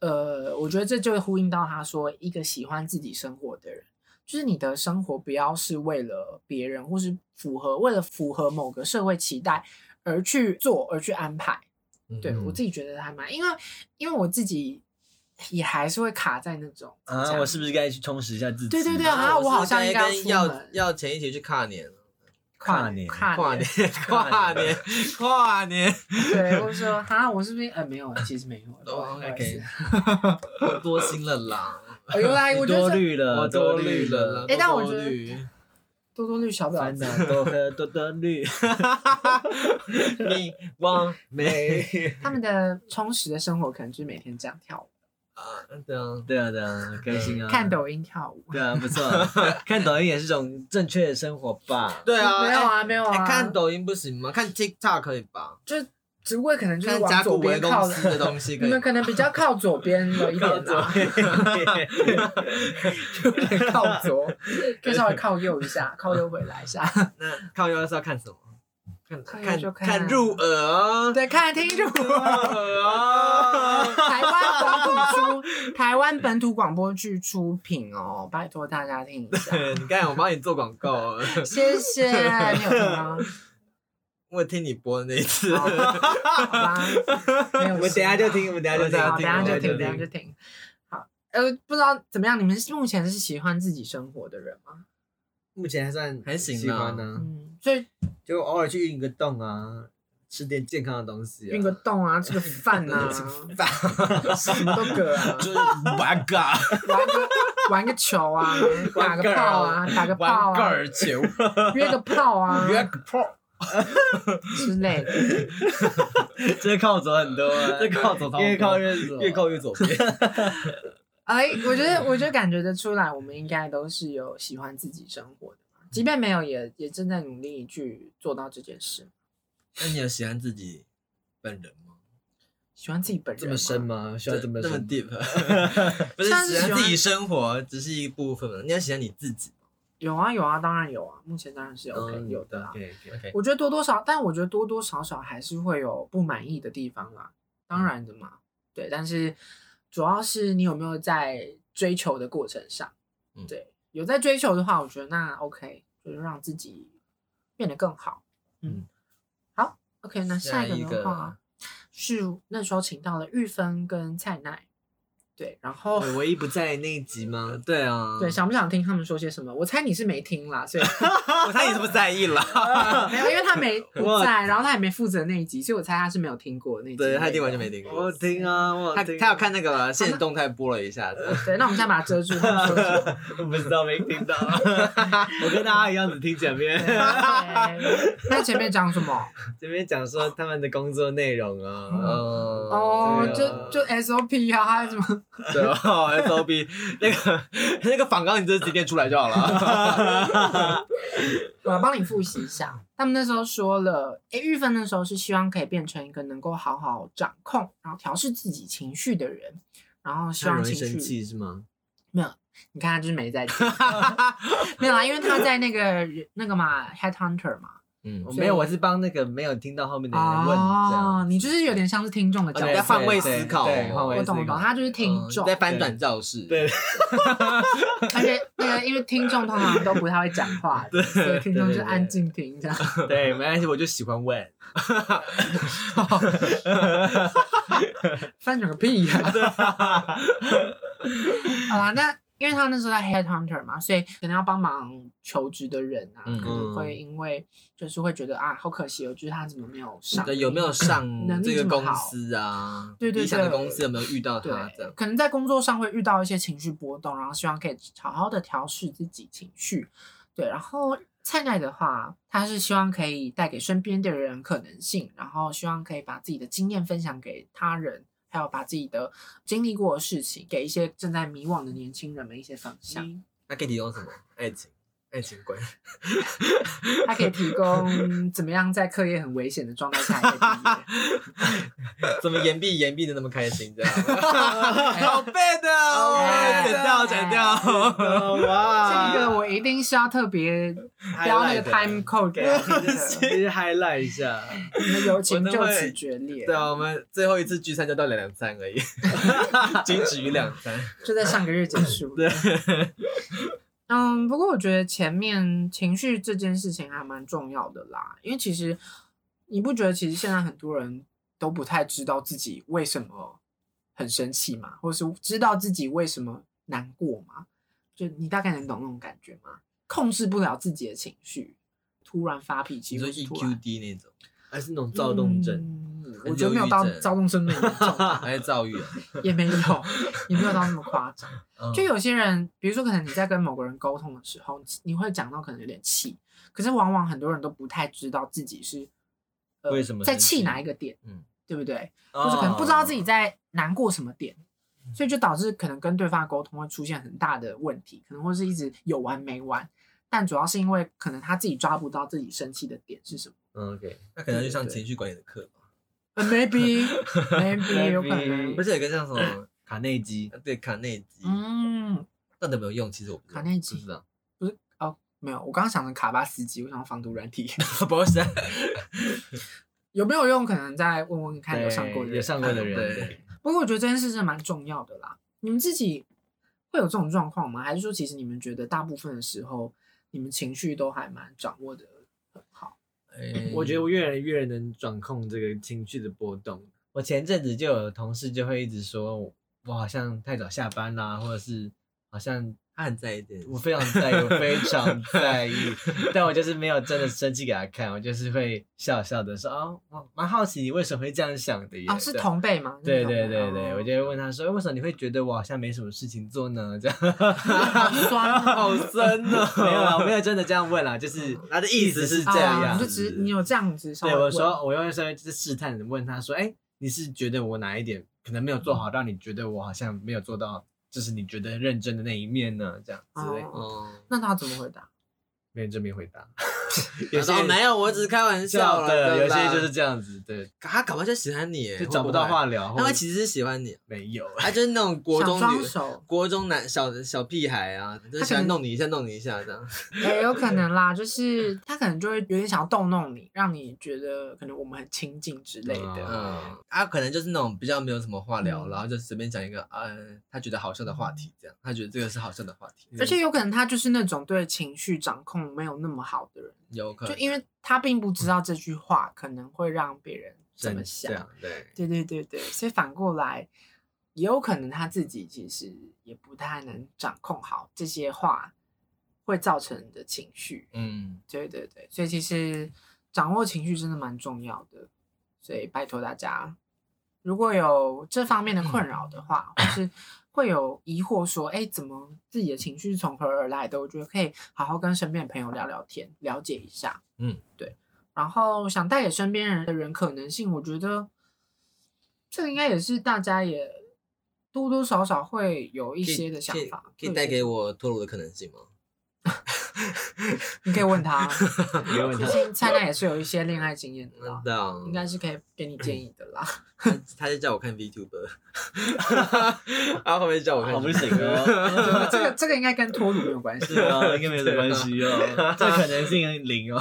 Speaker 2: 呃，我觉得这就会呼应到他说，一个喜欢自己生活的人，就是你的生活不要是为了别人或是符合为了符合某个社会期待而去做而去安排。
Speaker 4: 嗯
Speaker 2: 对
Speaker 3: 嗯
Speaker 2: 我自己觉得还蛮，因为因为我自己也还是会卡在那种
Speaker 4: 啊，我是不是该去充实一下自己？
Speaker 2: 对对对
Speaker 3: 然
Speaker 2: 啊
Speaker 3: 后
Speaker 2: 我好
Speaker 3: 是
Speaker 2: 像
Speaker 3: 该
Speaker 2: 应该要
Speaker 3: 跟
Speaker 2: 出
Speaker 3: 要
Speaker 2: 门
Speaker 3: 要钱一起去跨年了，
Speaker 2: 跨
Speaker 4: 年
Speaker 2: 跨
Speaker 3: 跨年，跨年，跨年，
Speaker 2: 对，或者说哈，我是不是呃没有，其实没有，不好
Speaker 3: 哦
Speaker 2: 意思
Speaker 3: ，OK，我 多心了啦，
Speaker 2: 哎呦来，我
Speaker 4: 你
Speaker 2: 觉得
Speaker 4: 多
Speaker 2: 这
Speaker 4: 虑了，
Speaker 3: 我多虑了啦，
Speaker 2: 哎但我
Speaker 3: 多
Speaker 2: 觉得
Speaker 3: 虑
Speaker 2: 多多绿小不了
Speaker 4: 烦恼 多喝多多虑，
Speaker 3: 你忘
Speaker 4: 没
Speaker 2: 他们的充实的生活可能就是每天这样跳舞，
Speaker 3: 啊？对啊，
Speaker 4: 对啊对啊，很开
Speaker 3: 嗯
Speaker 4: 心啊，
Speaker 2: 看抖音跳舞。
Speaker 4: 对啊，不错啊，看抖音也是种正确的生活 吧。
Speaker 3: 对啊，
Speaker 2: 没有啊，没有
Speaker 3: 哎。
Speaker 2: 啊，
Speaker 3: 哎看抖音不行吗？看 TikTok 可以吧？
Speaker 2: 只不过可能就是
Speaker 3: 看
Speaker 2: 往
Speaker 3: 甲
Speaker 2: 左
Speaker 3: 骨
Speaker 2: 边
Speaker 3: 文公
Speaker 2: 靠
Speaker 3: 司的东西可
Speaker 2: 你
Speaker 3: 以
Speaker 2: 们
Speaker 3: 吧。
Speaker 2: 可能比较靠左边有一点啦，有点靠左， 可以稍微靠右一下，靠右回来一下。
Speaker 3: 那靠腰是要看什 么？看
Speaker 2: 靠腰就
Speaker 3: 看
Speaker 2: 看
Speaker 3: 看入耳哦，
Speaker 2: 对，看得清楚。
Speaker 3: 入耳哦。
Speaker 2: 台湾本土出，台湾本土广播剧出品哦，拜托大家听一下，
Speaker 3: 你看，我帮你做广告，
Speaker 4: 啊
Speaker 2: 谢谢。你有听吗？
Speaker 3: 我有听你播的那一次。
Speaker 2: 好好吧，没有。
Speaker 4: 我们等一下就听，我们等一下就听，
Speaker 2: 好，等一下就
Speaker 3: 听
Speaker 4: 啊
Speaker 2: 停，等一下就停。好，呃，不知道怎么样，你们是目前是喜欢自己生活的人吗？
Speaker 4: 目前还算
Speaker 3: 还行啊
Speaker 4: 喜欢呢，
Speaker 2: 嗯，所以
Speaker 4: 就偶尔去运个动啊，吃点健康的东西、啊，
Speaker 2: 运个动啊，吃个饭啊，什么都可啊，
Speaker 3: 就是 玩个
Speaker 2: 玩个玩个球啊，打个炮啊，打个炮
Speaker 3: 玩个
Speaker 2: 啊，
Speaker 3: 儿球，
Speaker 2: 约个炮啊
Speaker 3: 约个炮，
Speaker 2: 之类的。
Speaker 4: 这靠左很多、 啊，
Speaker 3: 这靠左超多
Speaker 4: 越靠越左，
Speaker 3: 越靠越左边。
Speaker 2: 哎，我觉得，我觉得感觉得出来，我们应该都是有喜欢自己生活的嘛，即便没有，也也正在努力去做到这件事。
Speaker 3: 那你有喜欢自己本人吗？
Speaker 2: 喜欢自己本人
Speaker 4: 这么深
Speaker 2: 吗？
Speaker 4: 吗？需要这么
Speaker 3: 这么
Speaker 4: 深？
Speaker 3: deep，不是
Speaker 2: 算是喜
Speaker 3: 喜欢
Speaker 2: 欢
Speaker 3: 自己生活只是一部分嘛？你要喜欢你自己。
Speaker 2: 有啊，有啊，当然有啊，目前当然是 OK、
Speaker 4: 嗯
Speaker 2: 有的啦。
Speaker 4: 对对，
Speaker 3: OK，
Speaker 2: 我觉得多多少，但我觉得多多少少还是会有不满意的地方啦，
Speaker 3: 嗯
Speaker 2: 当然的嘛，对。但是主要是你有没有在追求的过程上，
Speaker 3: 嗯
Speaker 2: 对，有在追求的话，我觉得那 OK，就是让自己变得更好。嗯，好，OK，那下
Speaker 3: 下
Speaker 2: 一
Speaker 3: 一
Speaker 2: 个的
Speaker 3: 个
Speaker 2: 话，是那时候请到了玉芬跟蔡奈，对，然后。
Speaker 3: 嗯
Speaker 4: 我哦唯一不在那一集 吗？
Speaker 3: 对啊，
Speaker 2: 对，想不想听他们说些什么？我猜你是没听啦，所以
Speaker 4: 哦
Speaker 3: 我猜你是不是在意了？
Speaker 2: 嗯没有，因为他没不
Speaker 4: 我
Speaker 2: 在，然后他也没负责那一集，所以我猜他是没有听过那一集。
Speaker 3: 对，他一定完全没。听
Speaker 4: 我
Speaker 3: 过
Speaker 4: 有。听啊，我有
Speaker 3: 他
Speaker 4: 听啊
Speaker 3: 他有看那个现实动态播了一下子，
Speaker 2: 对，那我们现在把它遮住。他们说什 么
Speaker 4: 我不知道，没听 到。我跟大家一样，只听前面。
Speaker 2: 对那前面讲什么？
Speaker 4: 这边讲说他们的工作内容啊，
Speaker 3: 嗯，
Speaker 2: 哦，
Speaker 4: 对啊
Speaker 2: 就就 SOP 啊，还有什么？
Speaker 3: 对 哦，SOB 那个那个仿纲，你就是直接出来就好了。
Speaker 2: 我来帮你复习一下。他们那时候说了，诶，玉芬那时候是希望可以变成一个能够好好掌控，然后调试自己情绪的人，然后希
Speaker 4: 他
Speaker 2: 望
Speaker 4: 容易
Speaker 2: 情
Speaker 4: 生
Speaker 2: 绪
Speaker 4: 气是吗？
Speaker 2: 没有。你看他就是没在听， 没有啦，因为他在那个那个嘛，Headhunter 嘛。
Speaker 3: 嗯
Speaker 4: 我
Speaker 2: 所以
Speaker 4: 哦没有，我是帮那个没有听到后面的人问这样。
Speaker 2: 哦你就是有点像是听众的角
Speaker 3: 哦
Speaker 2: 色，
Speaker 3: 在换位思考
Speaker 4: 对，对换位
Speaker 2: 我
Speaker 4: 思考。
Speaker 2: 懂我懂，他就是听众
Speaker 3: 嗯，在翻转教室，
Speaker 4: 对，
Speaker 2: 而且那个因为听众通常都不太会讲 话的，所以听众就安静听这样。
Speaker 4: 对，没关系，我就喜欢 问。
Speaker 2: 翻转个屁呀、 好啦，那因为他那时候在 headhunter 嘛，所以可能要帮忙求职的人啊，
Speaker 3: 嗯
Speaker 2: 可能会因为就是会觉得啊，好可惜哦，就是他怎么没有上，
Speaker 3: 对，有没有上
Speaker 2: 嗯能力
Speaker 3: 这个
Speaker 2: 这么
Speaker 3: 公
Speaker 2: 好
Speaker 3: 司啊？
Speaker 2: 对对
Speaker 3: 理想的
Speaker 2: 对
Speaker 3: 公司有没有遇到
Speaker 2: 对
Speaker 3: 他这样？，
Speaker 2: 可能在工作上会遇到一些情绪波动，然后希望可以好好的调试自己情绪。对，然后菜奈的话，他是希望可以带给身边的人可能性，然后希望可以把自己的经验分享给他人，还有把自己的经历过的事情给一些正在迷惘的年轻人们一些方向。
Speaker 3: 那可以提供什么？爱情，爱情观。
Speaker 2: 他可以提供怎么样在课业很危险的状态下也可以毕业。
Speaker 3: 怎么言必言必的那么开心，这 样？好 背的哦，
Speaker 2: 哎
Speaker 3: 剪掉剪掉。
Speaker 4: 啊哇
Speaker 2: 这个 我一定是要特别标那个 time code 给他 听的，
Speaker 4: 其实 highlight 一下，
Speaker 2: 你们友情
Speaker 3: 我都
Speaker 2: 就
Speaker 3: 会
Speaker 2: 此决裂。
Speaker 3: 对啊，我们最后一次聚餐就到两两餐而已，仅止于两餐。
Speaker 2: 就在上个月结束。对，嗯，不过我觉得前面情绪这件事情还蛮重要的啦，因为其实你不觉得其实现在很多人都不太知道自己为什么很生气嘛，或是知道自己为什么难过嘛？就你大概能懂那种感觉吗？控制不了自己的情绪，突然发脾气，
Speaker 3: 你说 E
Speaker 2: 或是突然
Speaker 3: EQ 低那种，
Speaker 4: 还是那种躁动症，
Speaker 2: 嗯
Speaker 3: 很
Speaker 2: 我觉得没有
Speaker 3: 忧郁
Speaker 2: 到
Speaker 3: 症
Speaker 2: 躁动症那么严重，
Speaker 3: 还是躁郁啊？
Speaker 2: 也没有，也没有到那么夸张。
Speaker 3: 嗯
Speaker 2: 就有些人，比如说可能你在跟某个人沟通的时候，你会讲到可能有点气，可是往往很多人都不太知道自己是、呃、
Speaker 3: 为什么
Speaker 2: 在
Speaker 3: 生气
Speaker 2: 气哪一个点，
Speaker 3: 嗯哦
Speaker 2: 嗯，对不对？
Speaker 3: 就
Speaker 2: 就是可能不知道自己在难过什么点，所以就导致可能跟对方的沟通会出现很大的问题，可能会是一直有完没完。但主要是因为可能他自己抓不到自己生气的点是什么。
Speaker 3: 哦
Speaker 4: 嗯，OK，
Speaker 3: 那可能就上情绪管理的课吧，
Speaker 2: 呃 maybe maybe 有可
Speaker 4: Maybe
Speaker 2: 能
Speaker 3: 不，是有一个像什么
Speaker 4: 卡内基，
Speaker 3: 对卡内基，
Speaker 2: 嗯，
Speaker 3: 到底有没有用？其实我不知道
Speaker 2: 卡内
Speaker 4: 啊不
Speaker 2: 基
Speaker 4: 知道，
Speaker 2: 不是哦，没有，我刚刚想成卡巴斯基，我想要防毒软 体
Speaker 3: 不是，
Speaker 2: 有没有用？可能再问问看有上过的
Speaker 4: 对
Speaker 2: 人
Speaker 4: 有上过的人，
Speaker 3: 对
Speaker 4: 对
Speaker 2: 不过我觉得这件事是蛮重要的啦。你们自己会有这种状况吗？还是说其实你们觉得大部分的时候，你们情绪都还蛮掌握的哦很好？
Speaker 3: 哎
Speaker 4: 我觉得我越来越能掌控这个情绪的波动。我前阵子就有同事就会一直说我，我好像太早下班啦，或者是好像
Speaker 3: 他很在意这件事
Speaker 4: 我非常在意，我非常在意，但我就是没有真的生气给他看，我就是会笑笑的说啊，我蛮好奇你为什么会这样想的耶。
Speaker 2: 啊，是
Speaker 4: 这样
Speaker 2: 同辈吗？
Speaker 4: 对
Speaker 2: 你
Speaker 4: 对
Speaker 2: 们同辈
Speaker 4: 对对，
Speaker 2: 哦
Speaker 4: 我就会问他说，为什么你会觉得我好像没什么事情做呢？这样
Speaker 2: 好酸哦
Speaker 4: 好酸哦。没有啦，我没有真的这样问啦， 就是
Speaker 3: 他的意思是这
Speaker 2: 啊
Speaker 3: 样
Speaker 2: 你
Speaker 3: 子，
Speaker 2: 就只你有这样子稍微
Speaker 4: 对我
Speaker 2: 问
Speaker 4: 说，我用稍微就是试探的问他说，哎，你是觉得我哪一点可能没有做好，让你觉得我好像没有做到，就是你觉得认真的那一面呢？这样之类的，
Speaker 2: 哦
Speaker 3: 哦，
Speaker 2: 那他怎么回答？
Speaker 4: 没有正面回 答。
Speaker 3: 有
Speaker 4: 有
Speaker 3: 时
Speaker 4: 些
Speaker 3: 候
Speaker 4: 人
Speaker 3: 哦没有，我只是开玩笑
Speaker 4: 笑
Speaker 3: 啦
Speaker 4: 的，
Speaker 3: 对
Speaker 4: 有
Speaker 3: 啦
Speaker 4: 些就是这样子，对，
Speaker 3: 他搞不好就喜欢你，
Speaker 4: 就找不到
Speaker 3: 会会
Speaker 4: 话聊，
Speaker 3: 他
Speaker 4: 或
Speaker 3: 会
Speaker 4: 者
Speaker 3: 其实是喜欢 你，
Speaker 4: 没有。
Speaker 3: 他就是那种国中
Speaker 2: 想装
Speaker 3: 女、
Speaker 2: 熟，
Speaker 3: 国中男小小屁孩啊，就是喜欢弄你一下、弄你一下这样。
Speaker 2: 也有可能啦，就是他可能就会有点想要逗弄你，让你觉得可能我们很亲近之类
Speaker 4: 啊
Speaker 2: 的。
Speaker 3: 嗯，他可能就是那种比较没有什么话聊，
Speaker 2: 嗯
Speaker 3: 然后就随便讲一个，嗯，他觉得好笑的话题，这样，他觉得这个是好笑的话题，嗯
Speaker 4: 嗯
Speaker 2: 而且有可能他就是那种对情绪掌控没有那么好的人，
Speaker 3: 有可
Speaker 2: 就
Speaker 3: 能
Speaker 2: 因为他并不知道这句话可能会让别人怎么
Speaker 4: 嗯真这
Speaker 2: 想
Speaker 4: 样。对，
Speaker 2: 对对对对，所以反过来，也有可能他自己其实也不太能掌控好这些话会造成的情绪。
Speaker 3: 嗯，
Speaker 2: 对对对，所以其实掌握情绪真的蛮重要的，所以拜托大家，如果有这方面的
Speaker 3: 嗯
Speaker 2: 困扰的话，或 是会有疑惑说，哎，怎么自己的情绪是从何而来的？我觉得可以好好跟身边的朋友聊聊天，了解一下。
Speaker 3: 嗯，
Speaker 2: 对。然后想带给身边人的人可能性，我觉得这个应该也是大家也多多少少会有一
Speaker 3: 一
Speaker 2: 些的想法，会
Speaker 3: 可以
Speaker 2: 有一
Speaker 3: 带
Speaker 2: 些
Speaker 3: 给我脱乳的可能性吗？
Speaker 2: 你可以问 他，
Speaker 4: 你问
Speaker 2: 毕
Speaker 4: 他
Speaker 2: 竟蔡娜也是有一些恋爱经验的啦
Speaker 3: 真，的，
Speaker 2: 啊应该是可以给你建议的啦。
Speaker 3: 他他就叫我看 VTuber，然后后面就叫我看，
Speaker 4: 好不行哦，
Speaker 2: 这个这个应该跟脱乳没有关系，
Speaker 4: 哦，应该没有关系 哦，这可能性零哦。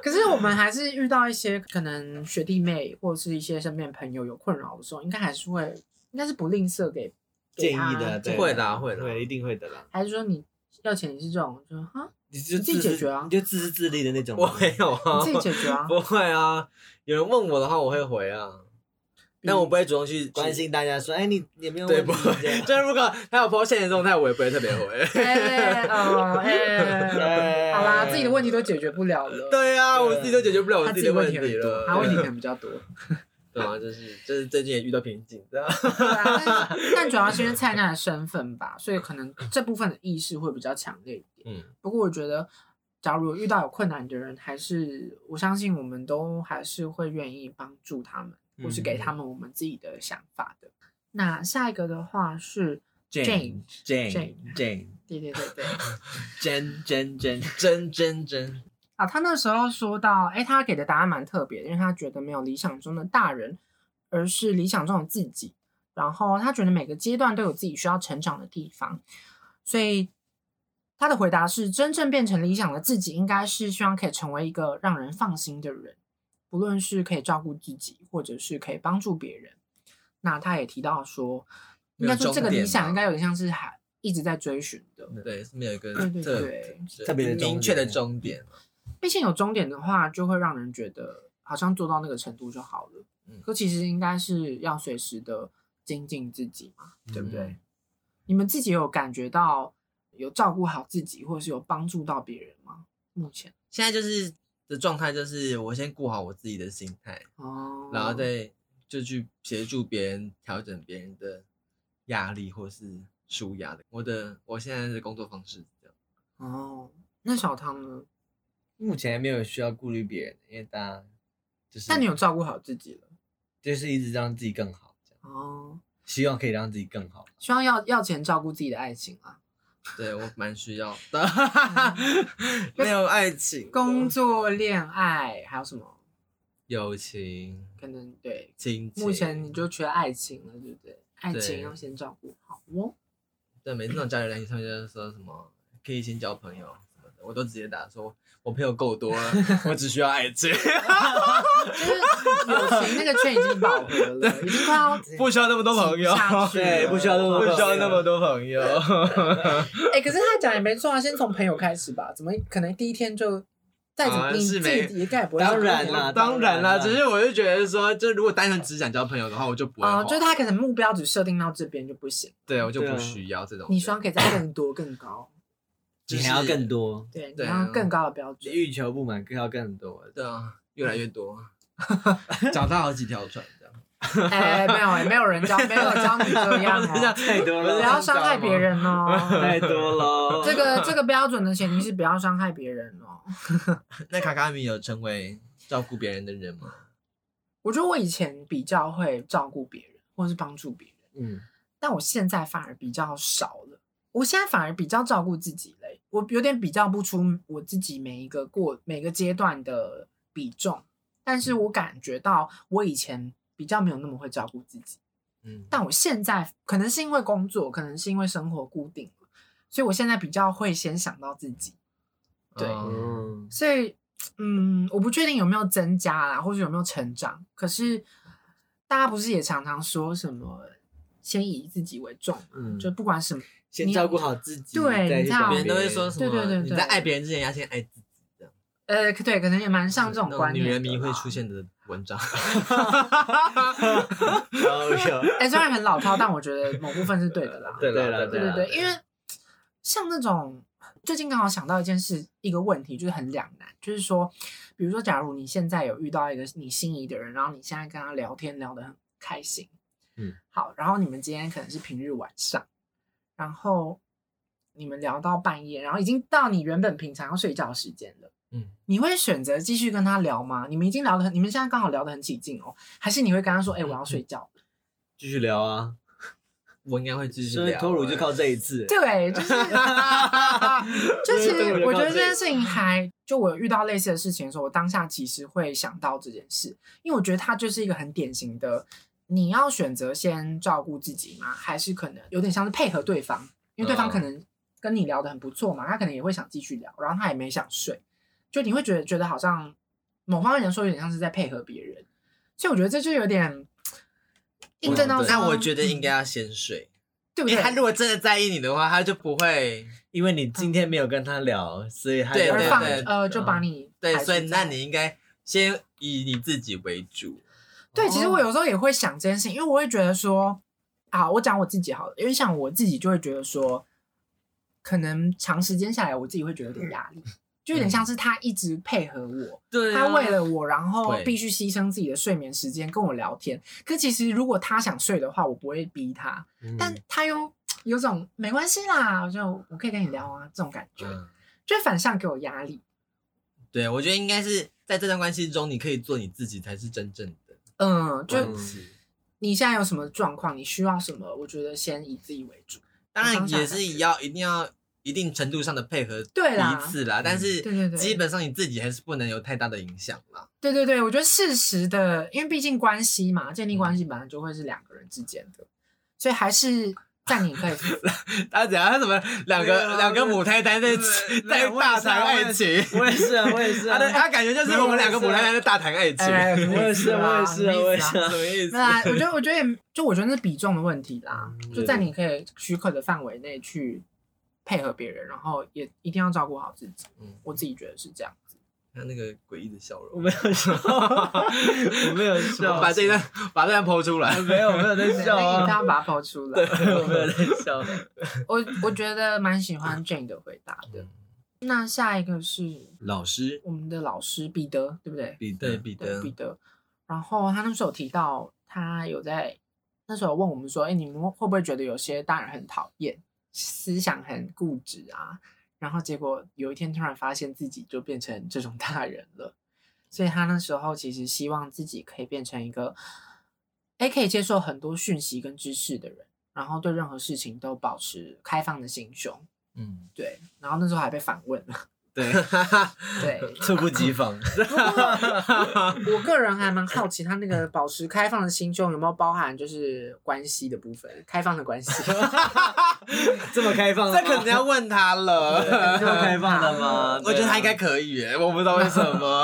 Speaker 2: 可是我们还是遇到一些可能学弟妹或者是一些身边朋友有困扰的时候，应该还是会，应该是不吝啬给
Speaker 4: 建议的，
Speaker 2: 对
Speaker 4: 对，啊
Speaker 3: 会啦会啦
Speaker 4: 对，一定会的啦。
Speaker 2: 还是说你要钱你是这种，就哈
Speaker 4: 你就
Speaker 2: 你自己解决啊
Speaker 4: 你就自私自利的那 种
Speaker 3: 我
Speaker 4: 吗。
Speaker 3: 没有啊，
Speaker 2: 你自己解决 啊，
Speaker 3: 不会啊，有人问我的话，我会回啊，
Speaker 2: 嗯
Speaker 3: 但我不会主动去
Speaker 4: 关。心大家说，哎，你有没有
Speaker 3: 对，
Speaker 4: 问
Speaker 3: 不
Speaker 4: 题
Speaker 3: 会
Speaker 4: 这样？
Speaker 3: 就是如果他有 po 现实动态，我也不会特别回。 啊
Speaker 2: 哎哦哎，
Speaker 4: 哎
Speaker 2: 好啦，自己的问题都解决不了了，，
Speaker 3: 对啊，我自己都解决不了我
Speaker 2: 他自
Speaker 3: 自
Speaker 2: 己
Speaker 3: 己的问
Speaker 2: 问题
Speaker 3: 题
Speaker 2: 很
Speaker 3: 了
Speaker 2: 多，。他问题可能比较多。
Speaker 3: 对啊，就是就是最近也遇到瓶颈，这样。
Speaker 2: 对啊，但是但主要是因为蔡娜的身份吧，所以可能这部分的意识会比较强烈一点。
Speaker 3: 嗯，
Speaker 2: 不过我觉得，假如有遇到有困难的人，还是我相信我们都还是会愿意帮助他们，或是给他们我们自己的想法的。那下一个的话是 Jane，
Speaker 4: Jane Jane
Speaker 2: 对对对对，
Speaker 4: Jane Jane Jane，
Speaker 3: 真真真，
Speaker 2: 啊，他那时候说到，哎，他给的答案蛮特别的，因为他觉得没有理想中的大人，而是理想中的自己。然后他觉得每个阶段都有自己需要成长的地方，所以他的回答是：真正变成理想的自己，应该是希望可以成为一个让人放心的人，不论是可以照顾自己，或者是可以帮助别人。那他也提到说，应该说这个理想应该有点像是还一直在追寻的，
Speaker 3: 对，是没有一个
Speaker 2: 对对
Speaker 3: 特
Speaker 2: 对
Speaker 3: 特
Speaker 4: 特别的终点
Speaker 3: 明确的终点。
Speaker 2: 毕竟有终点的话，就会让人觉得好像做到那个程度就好了。
Speaker 3: 嗯
Speaker 2: 可其实应该是要随时的精进自己嘛，对不对？
Speaker 3: 嗯
Speaker 2: 你们自己有感觉到有照顾好自己，或是有帮助到别人吗？目前
Speaker 3: 现在就是的状态就是，我先顾好我自己的心态，
Speaker 2: 哦，
Speaker 3: 然后再就去协助别人调整别人的压力或是舒压的。我的我现在的工作方式是这样，
Speaker 2: 哦，那小汤呢？
Speaker 4: 目前还没有需要顾虑别人，因为大家就是，
Speaker 2: 但你有照顾好自己了
Speaker 4: 就是一直让自己更好，这样
Speaker 2: 哦。
Speaker 4: 希望可以让自己更好。
Speaker 2: 希望要要钱照顾自己的爱情啊，
Speaker 3: 对我蛮需 要的，没有爱情、
Speaker 2: 工作、恋爱还有什么？
Speaker 3: 友情、
Speaker 2: 可能对，
Speaker 3: 亲情。
Speaker 2: 目前你就缺爱情了，对不对？爱情
Speaker 3: 对
Speaker 2: 要先照顾好哦。
Speaker 3: 对每次那种交友软件上面就是说什么可以先交朋友什么的，我都直接打说我朋友够多 了，我只需要爱情，
Speaker 2: 就是友情那个圈已经饱和了，已经快要
Speaker 3: 不需要那么多朋友
Speaker 2: 挤，下去了
Speaker 4: 对不需要那么
Speaker 3: 不
Speaker 4: 多
Speaker 3: 需要那么多朋友。
Speaker 2: 哎、可是他讲也没错啊，先从朋友开始吧。怎么可能第一天就再怎么、
Speaker 3: 啊
Speaker 2: 你自
Speaker 3: 是没
Speaker 2: 己应该也不会
Speaker 4: 当然
Speaker 3: 当然
Speaker 4: 啦
Speaker 3: 啦，
Speaker 4: 当然啦
Speaker 3: 只是我就觉得说，就如果单纯只想交朋友的话，我就不会
Speaker 2: 啊、
Speaker 3: 滑，
Speaker 2: 哦就是他可能目标只设定到这边就不行，
Speaker 3: 对我就
Speaker 4: 对
Speaker 3: 不
Speaker 4: 啊
Speaker 3: 需要这种人。
Speaker 2: 你希望可以再更多更高，
Speaker 3: 就
Speaker 4: 你
Speaker 3: 是
Speaker 4: 还要更多，
Speaker 2: 对，你
Speaker 3: 对
Speaker 2: 要更高的标
Speaker 4: 你
Speaker 2: 准。
Speaker 4: 欲求不满，更要更多。
Speaker 3: 对啊，越来越 多，脚踏好几条船这样。
Speaker 2: 哎、没有、哎，没有人教，没有教你这样、
Speaker 3: 不是
Speaker 2: 哦
Speaker 3: 这样，
Speaker 4: 太多
Speaker 2: 不
Speaker 4: 了，
Speaker 2: 要伤害别人哦。
Speaker 4: 太多了。
Speaker 2: 这个这个标准的前提是不要伤害别人哦。
Speaker 3: 那卡卡米有成为照顾别人的人吗？
Speaker 2: 我觉得我以前比较会照顾别人，或是帮助别人，
Speaker 4: 嗯，
Speaker 2: 但我现在反而比较少了。我现在反而比较照顾自己嘞，我有点比较不出我自己每一个过每个阶段的比重，但是我感觉到我以前比较没有那么会照顾自己，
Speaker 3: 嗯，
Speaker 2: 但我现在可能是因为工作，可能是因为生活固定了，所以我现在比较会先想到自己，对
Speaker 3: 嗯
Speaker 4: 嗯，
Speaker 2: 所以，嗯，我不确定有没有增加啦，或者有没有成长。可是，大家不是也常常说什么“先以自己为重”嘛？
Speaker 4: 嗯
Speaker 2: 就不管什么，
Speaker 4: 先照顾好自己，
Speaker 2: 对
Speaker 4: 再
Speaker 2: 你
Speaker 4: 去
Speaker 2: 看
Speaker 4: 帮
Speaker 3: 别人都会
Speaker 4: 人
Speaker 3: 说什
Speaker 2: 对对对
Speaker 3: 么？你
Speaker 2: 对
Speaker 3: 在爱别人之前要先爱自己，这样。
Speaker 2: 呃，可对，可能也蛮像这种
Speaker 3: 那
Speaker 2: 观
Speaker 3: 女
Speaker 2: 念。
Speaker 3: 人迷会出。现的文章。
Speaker 4: 有有，
Speaker 2: 哎、虽然很老套，但我觉得某部分是对的啦。
Speaker 4: 对
Speaker 3: 对
Speaker 4: 了
Speaker 3: 啦
Speaker 2: 对
Speaker 4: 了，
Speaker 2: 对，因为像那种最近刚好想到一件事，一个问题就是很两难，就是说，比如说，假如你现在有遇到一个你心仪的人，然后你现在跟他聊天聊得很开心，
Speaker 4: 嗯，
Speaker 2: 好，然后你们今天可能是平日晚上，然后你们聊到半夜，然后已经到你原本平常要睡觉的时间了。
Speaker 3: 嗯，
Speaker 2: 你会选择继续跟他聊吗？你们已经聊得很，你们现在刚好聊得很起劲哦，还是你会跟他说：“哎、我要睡觉了
Speaker 4: 继续聊啊。
Speaker 3: 我应该会继续
Speaker 4: 所以
Speaker 3: 聊。啊
Speaker 4: 脱乳就靠这一次，
Speaker 2: 对，就是 就其
Speaker 4: 对
Speaker 2: 实
Speaker 4: 我就
Speaker 2: 我
Speaker 4: 靠
Speaker 2: 觉得这
Speaker 4: 这
Speaker 2: 件
Speaker 4: 个
Speaker 2: 事情还，就我遇到类似的事情的时候，我当下其实会想到这件事，因为我觉得它就是一个很典型的，你要选择先照顾自己吗？还是可能有点像是配合对方，因为对方
Speaker 3: 嗯
Speaker 2: 可能跟你聊得很不错嘛，他可能也会想继续聊，然后他也没想睡，就你会觉得觉得好像某方面来说有点像是在配合别人，所以我觉得这就有点印证到说，
Speaker 3: 那我觉得应该
Speaker 2: 嗯
Speaker 3: 要先睡，
Speaker 2: 对不
Speaker 3: 因为
Speaker 2: 对？
Speaker 3: 他如果真的在意你的话，他就不会
Speaker 4: 因为你今天没有跟他聊，所以他
Speaker 3: 对
Speaker 2: 而
Speaker 3: 对
Speaker 2: 放
Speaker 3: 对嗯
Speaker 2: 呃，就把你
Speaker 3: 对
Speaker 2: 排，除
Speaker 3: 所以那
Speaker 2: 在
Speaker 3: 你应该先以你自己为主。
Speaker 2: 对，其实我
Speaker 4: 哦
Speaker 2: 有时候也会想这件事情，因为我会觉得说，啊，我讲我自己好了，因为像我自己就会觉得说，可能长时间下来，我自己会觉得有点压力，就有点像是他一直配合我，
Speaker 3: 对啊
Speaker 4: 啊
Speaker 2: 他为了我，然后
Speaker 3: 对
Speaker 2: 必须牺牲自己的睡眠时间跟我聊天。可其实如果他想睡的话，我不会逼他，
Speaker 4: 嗯
Speaker 2: 但他又有种没关系啦，就我可以跟你聊啊这种感觉，
Speaker 3: 嗯，
Speaker 2: 就反向给我压力。
Speaker 3: 对，我觉得应该是在这段关系中，你可以做你自己才是真正的。
Speaker 2: 嗯，就
Speaker 4: 嗯
Speaker 2: 你现在有什么状况，你需要什么，我觉得先以自己为主。
Speaker 3: 当
Speaker 2: 我当
Speaker 3: 然
Speaker 2: 下
Speaker 3: 也是要一定要一定程度上的配合
Speaker 2: 对啦
Speaker 3: 彼此啦，但是
Speaker 2: 对对对
Speaker 3: 基本上你自己还是不能有太大的影响啦。
Speaker 2: 对对对，我觉得适时的，因为毕竟关系嘛，建
Speaker 4: 嗯
Speaker 2: 立关系本来就会是两个人之间的，所以还 是在你可以
Speaker 3: 他怎样？他怎么两
Speaker 4: 对
Speaker 3: 个
Speaker 4: 啊
Speaker 3: 两个母胎单在
Speaker 4: 对对
Speaker 3: 在
Speaker 4: 我也
Speaker 3: 大
Speaker 4: 是啊
Speaker 3: 谈
Speaker 4: 我也
Speaker 3: 爱情？
Speaker 4: 我也是啊，我也是 啊
Speaker 3: 他，的他感觉就是我们两个母胎单在大谈爱情，
Speaker 2: 哎，
Speaker 4: 我也是啊，我也是啊，我也是
Speaker 3: 什
Speaker 4: 啊。
Speaker 3: 么意思？
Speaker 2: 那我觉得，我觉得也，就我觉得那是比重的问题啦，
Speaker 4: 嗯
Speaker 2: 就在你可以许可的范围内去配合别人，然后也一定要照顾好自己。
Speaker 3: 嗯
Speaker 2: 我自己觉得是这样。
Speaker 3: 他那个诡异的笑容，
Speaker 4: 我没有笑，我没有笑，
Speaker 3: 把这一段把这段剖出来。
Speaker 4: 没有没有在笑
Speaker 2: 那 一定
Speaker 4: 啊，
Speaker 2: 要把它抛出来。
Speaker 4: 我没有在笑。
Speaker 2: 我我觉得蛮喜欢 Jane 的回答的。
Speaker 4: 嗯
Speaker 2: 那下一个是
Speaker 4: 老师
Speaker 2: 我们的老师彼得，对不对？
Speaker 4: 彼
Speaker 3: 对
Speaker 4: 得，
Speaker 3: 彼
Speaker 2: 对
Speaker 3: 得
Speaker 2: 彼，得。然后他那时候有提到，他有在那时候有问我们说：“哎，你们会不会觉得有些大人很讨厌，思想很固执啊？”然后结果有一天突然发现自己就变成这种大人了，所以他那时候其实希望自己可以变成一个，哎，可以接受很多讯息跟知识的人，然后对任何事情都保持开放的心胸。
Speaker 4: 嗯，
Speaker 2: 对，然后那时候还被反问了，
Speaker 4: 对，
Speaker 2: 对，
Speaker 4: 猝不及防，
Speaker 2: 我个人还蛮好奇，他那个保持开放的心胸有没有包含就是关系的部分，开放的关系，
Speaker 4: 这么开放吗，
Speaker 3: 这可能要问他了。
Speaker 4: 这么开放 的吗？
Speaker 3: 我觉得他应该可以耶，我不知道为什么。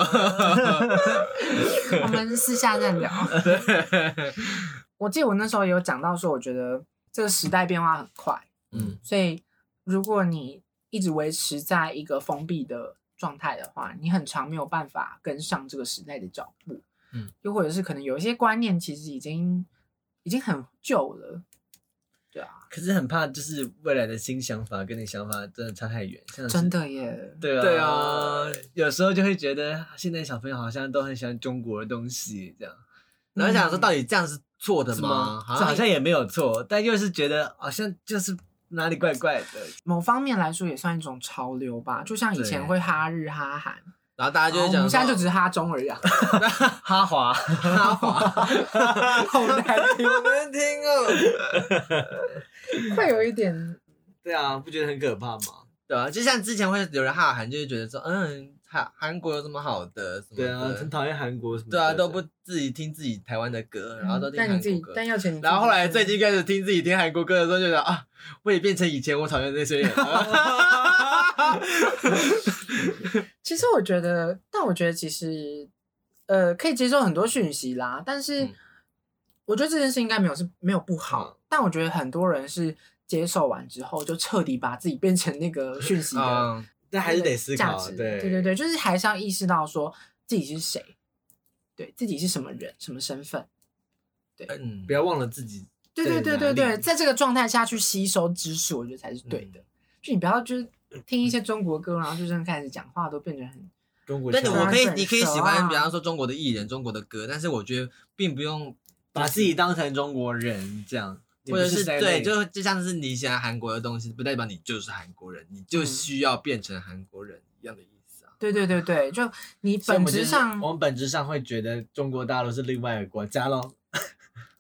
Speaker 2: 我们私下再聊。我记得我那时候有讲到说，我觉得这个时代变化很快，
Speaker 4: 嗯，
Speaker 2: 所以如果你一直维持在一个封闭的状态的话，你很长没有办法跟上这个时代的脚步，
Speaker 4: 嗯，
Speaker 2: 又或者是可能有一些观念其实已经已经很旧了，对啊，
Speaker 4: 可是很怕就是未来的新想法跟你想法真的差太远，像是
Speaker 2: 真的耶，
Speaker 4: 对啊，
Speaker 3: 对啊，
Speaker 4: 有时候就会觉得现在小朋友好像都很喜欢中国的东西，这样
Speaker 3: 然后想说，到底这样是错的吗？
Speaker 4: 这好像也没有错，但又是觉得好像就是哪里怪怪的。
Speaker 2: 某方面来说也算一种潮流吧，就像以前
Speaker 4: 对
Speaker 2: 会哈日哈韩，
Speaker 3: 然后大家就
Speaker 2: 然
Speaker 3: 会
Speaker 2: 后
Speaker 3: 讲
Speaker 2: 我们
Speaker 3: 说，
Speaker 2: 现在就只是哈中 而已、啊，
Speaker 4: 哈华，
Speaker 3: 哈华，
Speaker 2: 好难听，
Speaker 3: 好难听哦。
Speaker 2: 会有一 点
Speaker 4: 对啊，不觉得很可怕吗？
Speaker 3: 对啊，就像之前会有人哈韩，就会觉得说，嗯，韩韩国有什么好的？什么
Speaker 4: 对啊，
Speaker 3: 的
Speaker 4: 很讨厌韩国什么的。
Speaker 3: 对啊，都不自己听自己台湾的歌，然后都听
Speaker 2: 嗯但你
Speaker 3: 韩
Speaker 2: 自
Speaker 3: 国
Speaker 2: 己
Speaker 3: 歌，。
Speaker 2: 但要钱你自己
Speaker 3: 然后后来
Speaker 2: 付
Speaker 3: 最近开始听自己听韩国歌的时候，就觉得啊，我也变成以前我讨厌的那 些人了。
Speaker 2: 其实我觉得，但我觉得其实，呃，可以接受很多讯息啦。但是，
Speaker 3: 嗯
Speaker 2: 我觉得这件事应该没有是没有不好，但我觉得很多人是接受完之后就彻底把自己变成那个讯息的
Speaker 3: 嗯，
Speaker 4: 但还是得思
Speaker 2: 价
Speaker 4: 考。啊
Speaker 2: 值。
Speaker 4: 对
Speaker 2: 对对对，就是还是要意识到说自己是谁，对自己是什么人、什么身份。
Speaker 3: 嗯
Speaker 4: 不，要忘了自己。
Speaker 2: 对对对对
Speaker 4: 在哪
Speaker 2: 对，
Speaker 4: 里嗯
Speaker 2: 在这个状态下去吸收知识，我觉得才是
Speaker 3: 嗯
Speaker 2: 对的。就你不要就是听一些中国歌，然后就真的开始讲话都变成很
Speaker 4: 中国
Speaker 3: 但
Speaker 4: 腔，
Speaker 3: 是
Speaker 2: 对
Speaker 3: 我可以
Speaker 2: 很，
Speaker 3: 你可以
Speaker 2: 熟
Speaker 3: 喜欢，
Speaker 2: 啊
Speaker 3: 比方说中国的艺人、中国的歌，但是我觉得并不用，
Speaker 4: 把自己当成中国人这样，
Speaker 3: 或者
Speaker 4: 也不
Speaker 3: 是
Speaker 4: 在
Speaker 3: 对，
Speaker 4: 内
Speaker 3: 就就像是你喜欢韩国的东西，不代表你就是韩国人，你就
Speaker 2: 嗯
Speaker 3: 需要变成韩国人一样的意思啊。
Speaker 2: 对对对对，就你
Speaker 4: 所以
Speaker 2: 本
Speaker 4: 我们就
Speaker 2: 质
Speaker 4: 是哦
Speaker 2: 上
Speaker 4: 我，们本质上会觉得中国大陆是另外一个国家咯。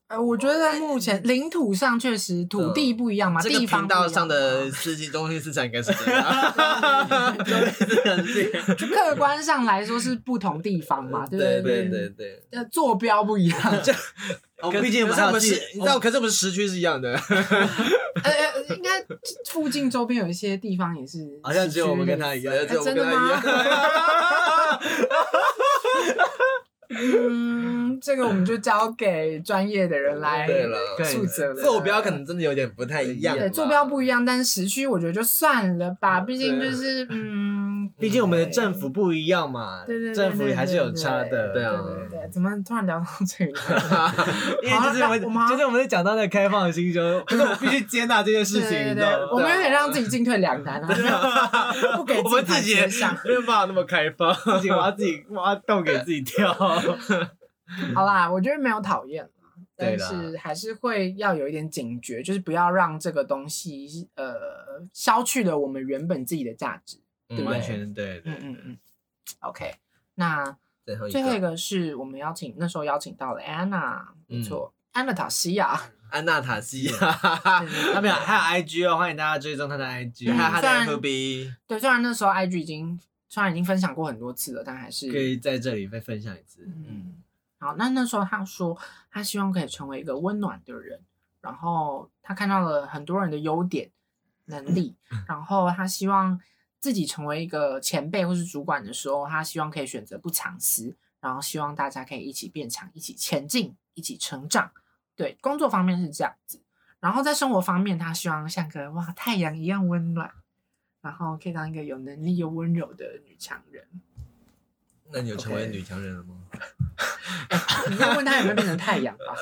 Speaker 2: 呃，我觉得目
Speaker 4: 嗯
Speaker 2: 前领土上确实土地不一样嘛，
Speaker 3: 这个
Speaker 2: 地方
Speaker 3: 频
Speaker 2: 不一样
Speaker 3: 道上的
Speaker 2: 嘛
Speaker 3: 司机中心思想应该是这样，中心思想是这样。
Speaker 2: 就客观上来说是不同地方嘛， 对不
Speaker 3: 对
Speaker 2: 对
Speaker 3: 对对对，
Speaker 2: 呃，坐标不一样，
Speaker 4: 哦
Speaker 3: 可
Speaker 4: 毕竟
Speaker 3: 可
Speaker 4: 不
Speaker 3: 是
Speaker 4: 要
Speaker 3: 我们
Speaker 4: 记
Speaker 3: 是，你知道，可是我们时区是一样的，
Speaker 2: 呃，呃应该附近周边有一些地方也是，
Speaker 4: 好像只有我们跟 他一样
Speaker 3: 只有我
Speaker 2: 哎真
Speaker 3: 们
Speaker 2: 的
Speaker 3: 跟他一
Speaker 2: 吗
Speaker 3: 样。
Speaker 2: 嗯，这个我们就交给专业的人 来
Speaker 3: 对了
Speaker 2: 负责了。
Speaker 3: 坐标可能真的有点不太一样啦，
Speaker 2: 对坐标不一样，但是时区我觉得就算了吧，毕竟 就是嗯，
Speaker 4: 毕竟我们的政府不一样嘛，
Speaker 2: 对对对
Speaker 4: 政府还是有差的，
Speaker 3: 对啊
Speaker 2: 对对对，怎么突然聊到这里来？
Speaker 4: 因为就是
Speaker 2: 好那我
Speaker 4: 我们，
Speaker 2: 们
Speaker 4: 就是我们在讲到那个开放的心胸，可是我必须接纳这件 事情，
Speaker 2: 对对
Speaker 4: 你知
Speaker 2: 对，
Speaker 4: 道
Speaker 2: 我
Speaker 4: 吗？
Speaker 2: 们有点让自己进退两难 啊，不给
Speaker 3: 我们
Speaker 2: 自
Speaker 3: 自己
Speaker 2: 己
Speaker 3: 也
Speaker 2: 台阶下。
Speaker 4: 啊
Speaker 3: 没有办法那么开 放。
Speaker 4: 自己挖自己挖洞给自己跳，
Speaker 2: 好啦，我觉得没有讨厌啦
Speaker 4: 对
Speaker 2: 但
Speaker 4: 啦
Speaker 2: 是还是会要有一点警觉，就是不要让这个东西呃消去了我们原本自己的价值。
Speaker 3: 嗯
Speaker 4: 完全对，
Speaker 2: 嗯嗯嗯，OK，那
Speaker 3: 最后一
Speaker 2: 最后一
Speaker 3: 个
Speaker 2: 个是我们邀请那时候邀请到了安娜，没
Speaker 3: 嗯
Speaker 2: 错，安娜塔西 亚，
Speaker 3: 安娜塔西啊亚，
Speaker 4: 他们啊有还有 IG 哦，欢迎大家追踪他的 IG，
Speaker 2: 嗯
Speaker 3: 还有他
Speaker 2: 虽然
Speaker 3: 的 FB，
Speaker 2: 对，虽然那时候 IG 已经虽然已经分享过很多次了，但还是
Speaker 4: 可以在这里再分享一次。
Speaker 2: 嗯，好，那那时候他说他希望可以成为一个温暖的人，然后他看到了很多人的优点、能力，然后他希望自己成为一个前辈或是主管的时候，他希望可以选择不藏私，然后希望大家可以一起变强、一起前进、一起成长。对，工作方面是这样子，然后在生活方面，他希望像个哇太阳一样温暖，然后可以当一个有能力又温柔的女强人。
Speaker 3: 那你有成为
Speaker 2: OK
Speaker 3: 女强人了吗？
Speaker 2: 你要问他有没有变成太阳吧？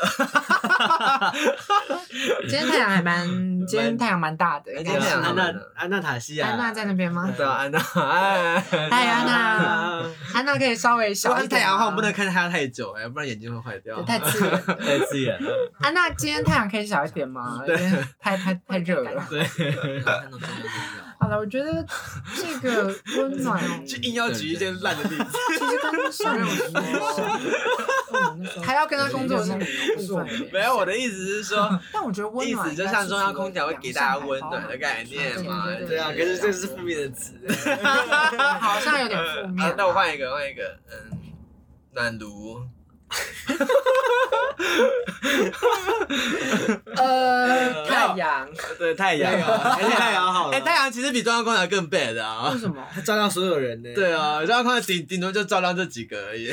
Speaker 2: 今天太阳还蛮今天太阳蛮大的，
Speaker 3: 哎
Speaker 2: 感
Speaker 3: 今
Speaker 2: 谢
Speaker 3: 天太
Speaker 4: 安
Speaker 3: 阳
Speaker 4: 娜啊安娜塔西亚，啊
Speaker 2: 安娜在那边吗？
Speaker 3: 对啊，安娜，哎，
Speaker 2: 嗨，安娜，安娜可以稍微
Speaker 3: 希
Speaker 2: 小
Speaker 3: 望
Speaker 2: 一
Speaker 3: 是
Speaker 2: 点
Speaker 3: 太
Speaker 2: 吗
Speaker 3: 阳的话，我们不能看它太久，哎，不然眼睛会坏掉
Speaker 2: 对。太刺眼。
Speaker 4: 太刺眼了，
Speaker 2: 安娜，今天太阳可以小一点吗？
Speaker 3: 对
Speaker 2: 有点太太太热了。
Speaker 4: 对，
Speaker 3: 看到中间就是 要
Speaker 2: 好了，我觉得这个温暖
Speaker 3: 就硬要举一件烂的例子，
Speaker 2: 其实跟上面还要跟他工作是不算
Speaker 3: 没有，我的意思是说，
Speaker 2: 但我觉得温
Speaker 3: 意
Speaker 2: 暖
Speaker 3: 思就像中央空调会给大家温暖的概念嘛，
Speaker 2: 对
Speaker 4: 对啊，可是这是负面的词，
Speaker 2: 好像有点负面
Speaker 3: 啊，那我换一个，换一个，嗯，暖炉，
Speaker 2: 呃，太阳
Speaker 4: 对太阳，还是太阳好了，
Speaker 3: 哎，太阳其实比中央空调更 bad 啊
Speaker 2: 为。什么？
Speaker 4: 它照亮所有人呢，
Speaker 3: 对啊，中央空调顶顶多就照亮这几个而已。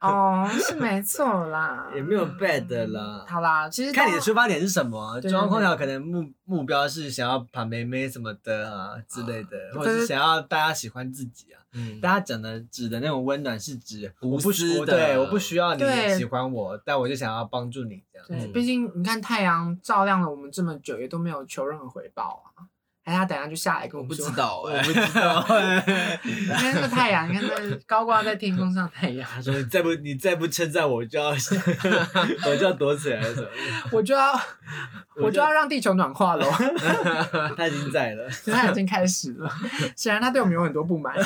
Speaker 2: 哦，是没错啦， 嗯
Speaker 4: 也没有 bad 啦。
Speaker 2: 好啦，其实
Speaker 4: 看你的出发点是什么，啊
Speaker 2: 对
Speaker 4: 中央空调可能目目标是想要把妹妹什么的啊之类的，或者是想要大家喜欢自己啊。
Speaker 3: 嗯
Speaker 4: 大家讲的指的那种温暖是指我不
Speaker 3: 无私
Speaker 4: 需
Speaker 3: 的
Speaker 4: 我对我不需要你
Speaker 2: 对
Speaker 4: 喜欢我，但我就想要帮助你这样。
Speaker 2: 对，毕竟你看太阳照亮了我们这么久，也都没有求任何回报啊。还是他等一下就下来跟
Speaker 3: 我
Speaker 2: 我
Speaker 3: 不
Speaker 2: 们说
Speaker 3: 知，道哎，
Speaker 2: 你看那个太阳，你看那高挂在天空上的太阳，
Speaker 4: 他 说你再不你再不称赞我就要 我就要躲起来 了，
Speaker 2: 我就要
Speaker 4: 我就
Speaker 2: 我就要让地球暖化喽。
Speaker 4: 他已经在了。
Speaker 2: 他已经开始了，显然他对我们有很多不满。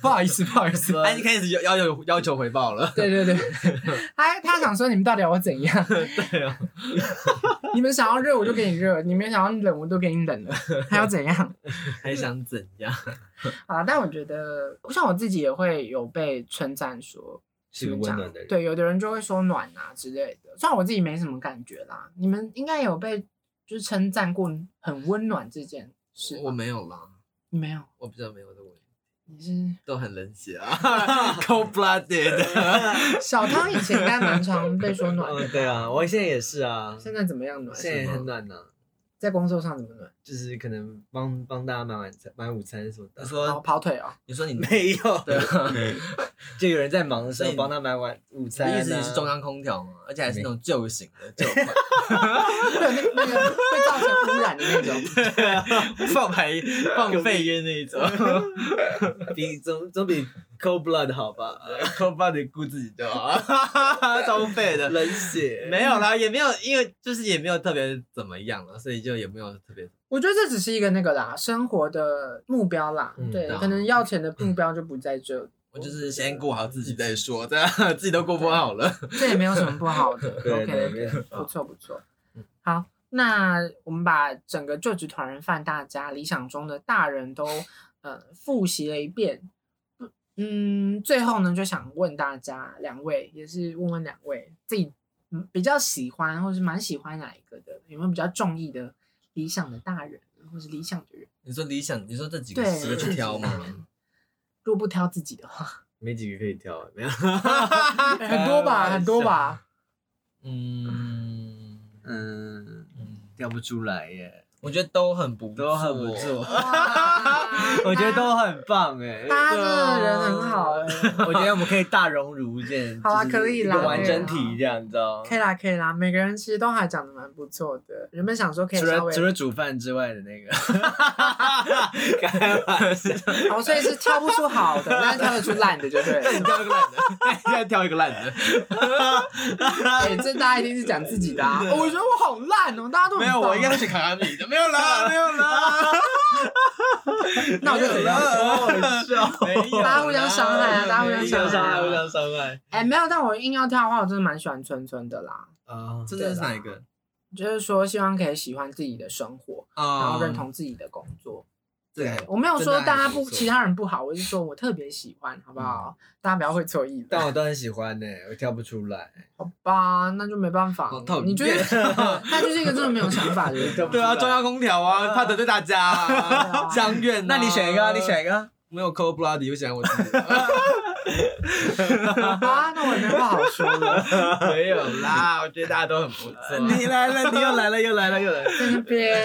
Speaker 2: 不好意思，不好意思。
Speaker 3: 哎，你开始要要求要求回报了。
Speaker 2: 对对对，他他想说你们到底要我怎样？
Speaker 3: 对啊，
Speaker 2: 你们想要热我就给你热，你们想要冷我都给你冷了，还要怎样？
Speaker 3: 还想怎 样？
Speaker 2: 啊，但我觉得，像我自己也会有被称赞说
Speaker 4: 是个
Speaker 2: 怎么讲
Speaker 4: 温暖的人
Speaker 2: 对，有的人就会说暖啊之类的。虽然我自己没什么感觉啦，你们应该有被就是称赞过很温暖这件事吧。
Speaker 3: 我没有啦，
Speaker 2: 你没有，
Speaker 3: 我比较没有这个问题，
Speaker 2: 你是
Speaker 3: 都很冷血 啊，cold blooded。
Speaker 2: 小汤以前应该蛮常被说暖的
Speaker 4: 嗯，，对啊，我现在也是啊，
Speaker 2: 现在怎么样暖？
Speaker 4: 现在也很暖呢、啊
Speaker 2: 在工作上怎么暖？
Speaker 4: 就是可能帮帮大家买晚餐、买午餐什么的
Speaker 2: 跑
Speaker 3: 你。说，
Speaker 2: 跑腿哦，
Speaker 3: 你说你
Speaker 4: 没有，
Speaker 3: 对啊，
Speaker 4: 就有人在忙的时
Speaker 3: 所
Speaker 4: 候
Speaker 3: 以
Speaker 4: 帮他买晚午餐、
Speaker 3: 你
Speaker 4: 啊。
Speaker 3: 意思你是中央空调吗？而且还是那种旧型 的旧款，
Speaker 2: 会有那个那个会造成污染的 那种。
Speaker 3: 放排放肺烟那一种。
Speaker 4: 比总总比 cold blood 好吧？
Speaker 3: cold blooded 顾自己就好， 超废的。
Speaker 4: 冷血
Speaker 3: 没有啦，也没有，因为就是也没有特别怎么样了，所以就也没有特别。
Speaker 2: 我觉得这只是一个那个啦，生活的目标啦，
Speaker 4: 嗯
Speaker 2: 对
Speaker 3: 对，啊
Speaker 2: 可能要钱的目标就不在这，
Speaker 3: 我就是先顾好自己再说，这样 自己都过不好了。
Speaker 2: 这也没有什么不好的。
Speaker 4: 对
Speaker 2: OK，
Speaker 4: 对没有啊嗯
Speaker 2: OK，不错不错。好，那我们把整个就职团人饭大家理想中的大人都呃复习了一遍。嗯，最后呢，就想问大家两位，也是问问两位自己嗯比较喜欢或是蛮喜欢哪一个的，有没有比较中意的理想的大人或是理想的人？
Speaker 3: 你说理想，你说这几个
Speaker 2: 对
Speaker 3: 十个去挑 吗？
Speaker 2: 如果不挑自己的话，
Speaker 4: 没几个可以挑，没有。
Speaker 2: 很多 吧，很多吧。
Speaker 3: 嗯，
Speaker 4: 嗯，挑不出来耶，
Speaker 3: 我觉得都很不
Speaker 4: 都很不 错，啊 我
Speaker 2: 我
Speaker 4: 觉得都很棒 哎。
Speaker 2: 大家真
Speaker 3: 啊
Speaker 2: 的人很好哎、
Speaker 4: 我觉得我们可以大荣辱见，
Speaker 2: 好啊
Speaker 4: 就是
Speaker 2: 可以啦
Speaker 4: 一个完整
Speaker 2: 可以啦
Speaker 4: 体这样，你知道吗？
Speaker 2: 可以啦，可以啦，每个人其实都还讲的蛮不错的。原本想说可以
Speaker 4: 除
Speaker 2: 稍
Speaker 4: 了
Speaker 2: 微
Speaker 4: 除，了煮饭之外的那个， 开玩笑，
Speaker 2: 哦，所以是挑不出好的，但是挑得出烂的，就对了。
Speaker 3: 挑一个烂的， 现在挑一个烂的。
Speaker 2: 哎，这大家一定是讲自己的、啊。哦我觉得我好烂哦，大家都很
Speaker 3: 没有，
Speaker 2: 棒
Speaker 3: 我应该会选卡卡米的。没有 啦，没有啦，
Speaker 2: 那我就很烂。
Speaker 4: 好笑，
Speaker 3: 没有啦
Speaker 2: 大家互相伤害啊大家互相
Speaker 4: 互
Speaker 2: 伤
Speaker 4: 相伤
Speaker 2: 害啊
Speaker 4: 害，互相伤害
Speaker 2: 哎，没有，但我硬要挑的话，我真的蛮喜欢春春的啦。
Speaker 4: 啊！
Speaker 3: 真的是哪一个？
Speaker 2: 就是说，希望可以喜欢自己的生活，然
Speaker 3: 啊
Speaker 2: 后认同自己的工作。
Speaker 3: 这个还。
Speaker 2: 我没有说大家不
Speaker 3: 真的还错嗯
Speaker 2: 其他人不好，我是说我特别喜欢，好不好？大家不要会错意
Speaker 4: 但
Speaker 2: 了。
Speaker 4: 我都很喜欢呢，我跳不出来。
Speaker 2: 好吧，那就没办法
Speaker 3: 好讨，厌
Speaker 2: 你就是 他就是一个真的没有想法的 人。
Speaker 3: 对啊，中央空调啊，怕得罪大家 啊，江院啊。
Speaker 4: 那你选一个啊，你选一个 啊。
Speaker 3: 没有 cold blood，又想我自己，
Speaker 2: 好吧，那我也没话好说 了。
Speaker 3: 没有 啦，我觉得大家都很不啊
Speaker 4: 你来了，你又来了，又来了，又来了。
Speaker 2: 在那边，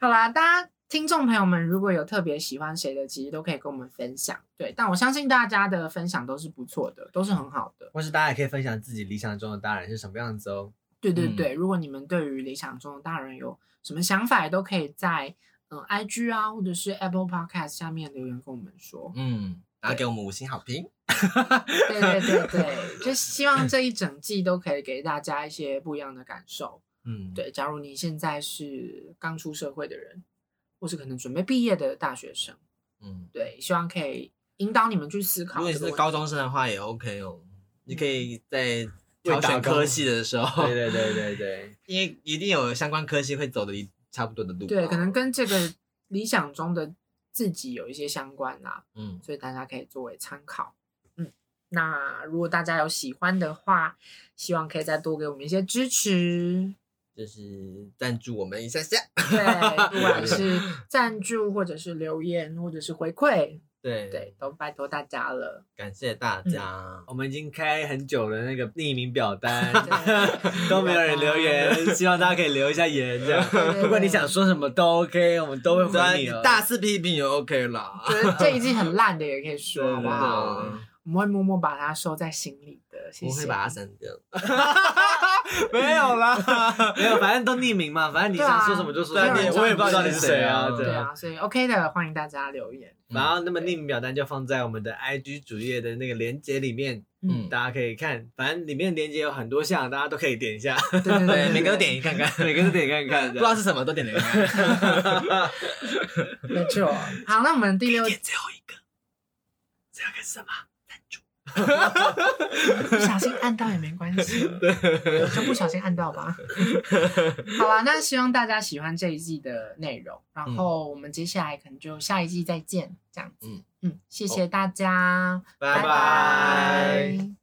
Speaker 2: 好啦，大家听众朋友们，如果有特别喜欢谁的，其实都可以跟我们分享。对，但我相信大家的分享都是不错的，都是很好的。
Speaker 4: 或是大家也可以分享自己理想中的大人是什么样子哦。
Speaker 2: 对对
Speaker 3: 嗯
Speaker 2: 对，如果你们对于理想中的大人有什么想法，也都可以在嗯、呃 IG 啊，或者是 Apple Podcast 下面留言跟我们 说。
Speaker 3: 嗯，然后给我们五星好评。
Speaker 2: 对对对对，就希望这一整季都可以给大家一些不一样的感受。
Speaker 3: 嗯，，
Speaker 2: 对，假如你现在是刚出社会的人，或是可能准备毕业的大学生，
Speaker 3: 嗯，
Speaker 2: 对，希望可以引导你们去思考
Speaker 3: 如果
Speaker 2: 这个
Speaker 3: 你是
Speaker 2: 问题。
Speaker 3: 高中生的话也 OK 哦，你可以在
Speaker 4: 为
Speaker 3: 挑
Speaker 4: 嗯打
Speaker 3: 选
Speaker 4: 工
Speaker 3: 科系的时候，
Speaker 4: 对对对对对，
Speaker 3: 因为一定有相关科系会走的一差不多的路吧，
Speaker 2: 对，可能跟这个理想中的自己有一些相关啦、
Speaker 3: 嗯，
Speaker 2: 所以大家可以作为参考。嗯，那如果大家有喜欢的话，希望可以再多给我们一些支持。
Speaker 3: 就是赞助我们一下下，
Speaker 2: 对，不管 是赞助，或者是留言，或者是回馈，
Speaker 3: 对
Speaker 2: 对，，都拜托大家 了。
Speaker 3: 感谢大家，
Speaker 4: 我们已经开很久了那个匿名表单，
Speaker 2: 对
Speaker 4: 都没有人留 言，希望大家可以留一下言这样。
Speaker 2: 对对
Speaker 4: 不管你想说什么都 OK，我们都会
Speaker 3: 对啊
Speaker 4: 回你哦。
Speaker 3: 大肆批评也 OK 啦，
Speaker 2: 觉得这一季很烂的也可以说，好不好？
Speaker 3: 对啊
Speaker 2: 我们会默默把它收在心里的，谢
Speaker 3: 我
Speaker 2: 谢。
Speaker 3: 会把它删掉， 没有啦，
Speaker 4: 没有，反正都匿名嘛，反正你想说什么就说
Speaker 3: 对
Speaker 4: 什
Speaker 3: 啊
Speaker 4: 么。
Speaker 3: 对啊
Speaker 4: 我也不知道你是谁啊，
Speaker 3: 对
Speaker 2: 对啊，所以 OK 的，欢迎大家留言。
Speaker 4: 然后那么匿名表单就放在我们的 IG 主页的那个连接里面，
Speaker 3: 嗯，
Speaker 4: 大家可以看，反正里面连接有很多项，大家都可以点一下，
Speaker 2: 对对
Speaker 3: 对，每个都点一看看，
Speaker 4: 每个都点看看。
Speaker 3: 不知道是什么都点了 一看看，
Speaker 2: 没错。好，那我们第六
Speaker 3: 点最后一个，这要干什么？
Speaker 2: 不小心按到也没关 系，就不小心按到吧。好啦，那希望大家喜欢这一季的内容，然后我们接下来可能就下一季再见，这样子。
Speaker 3: 嗯
Speaker 2: 嗯嗯，谢谢大家，
Speaker 3: 拜
Speaker 2: 拜拜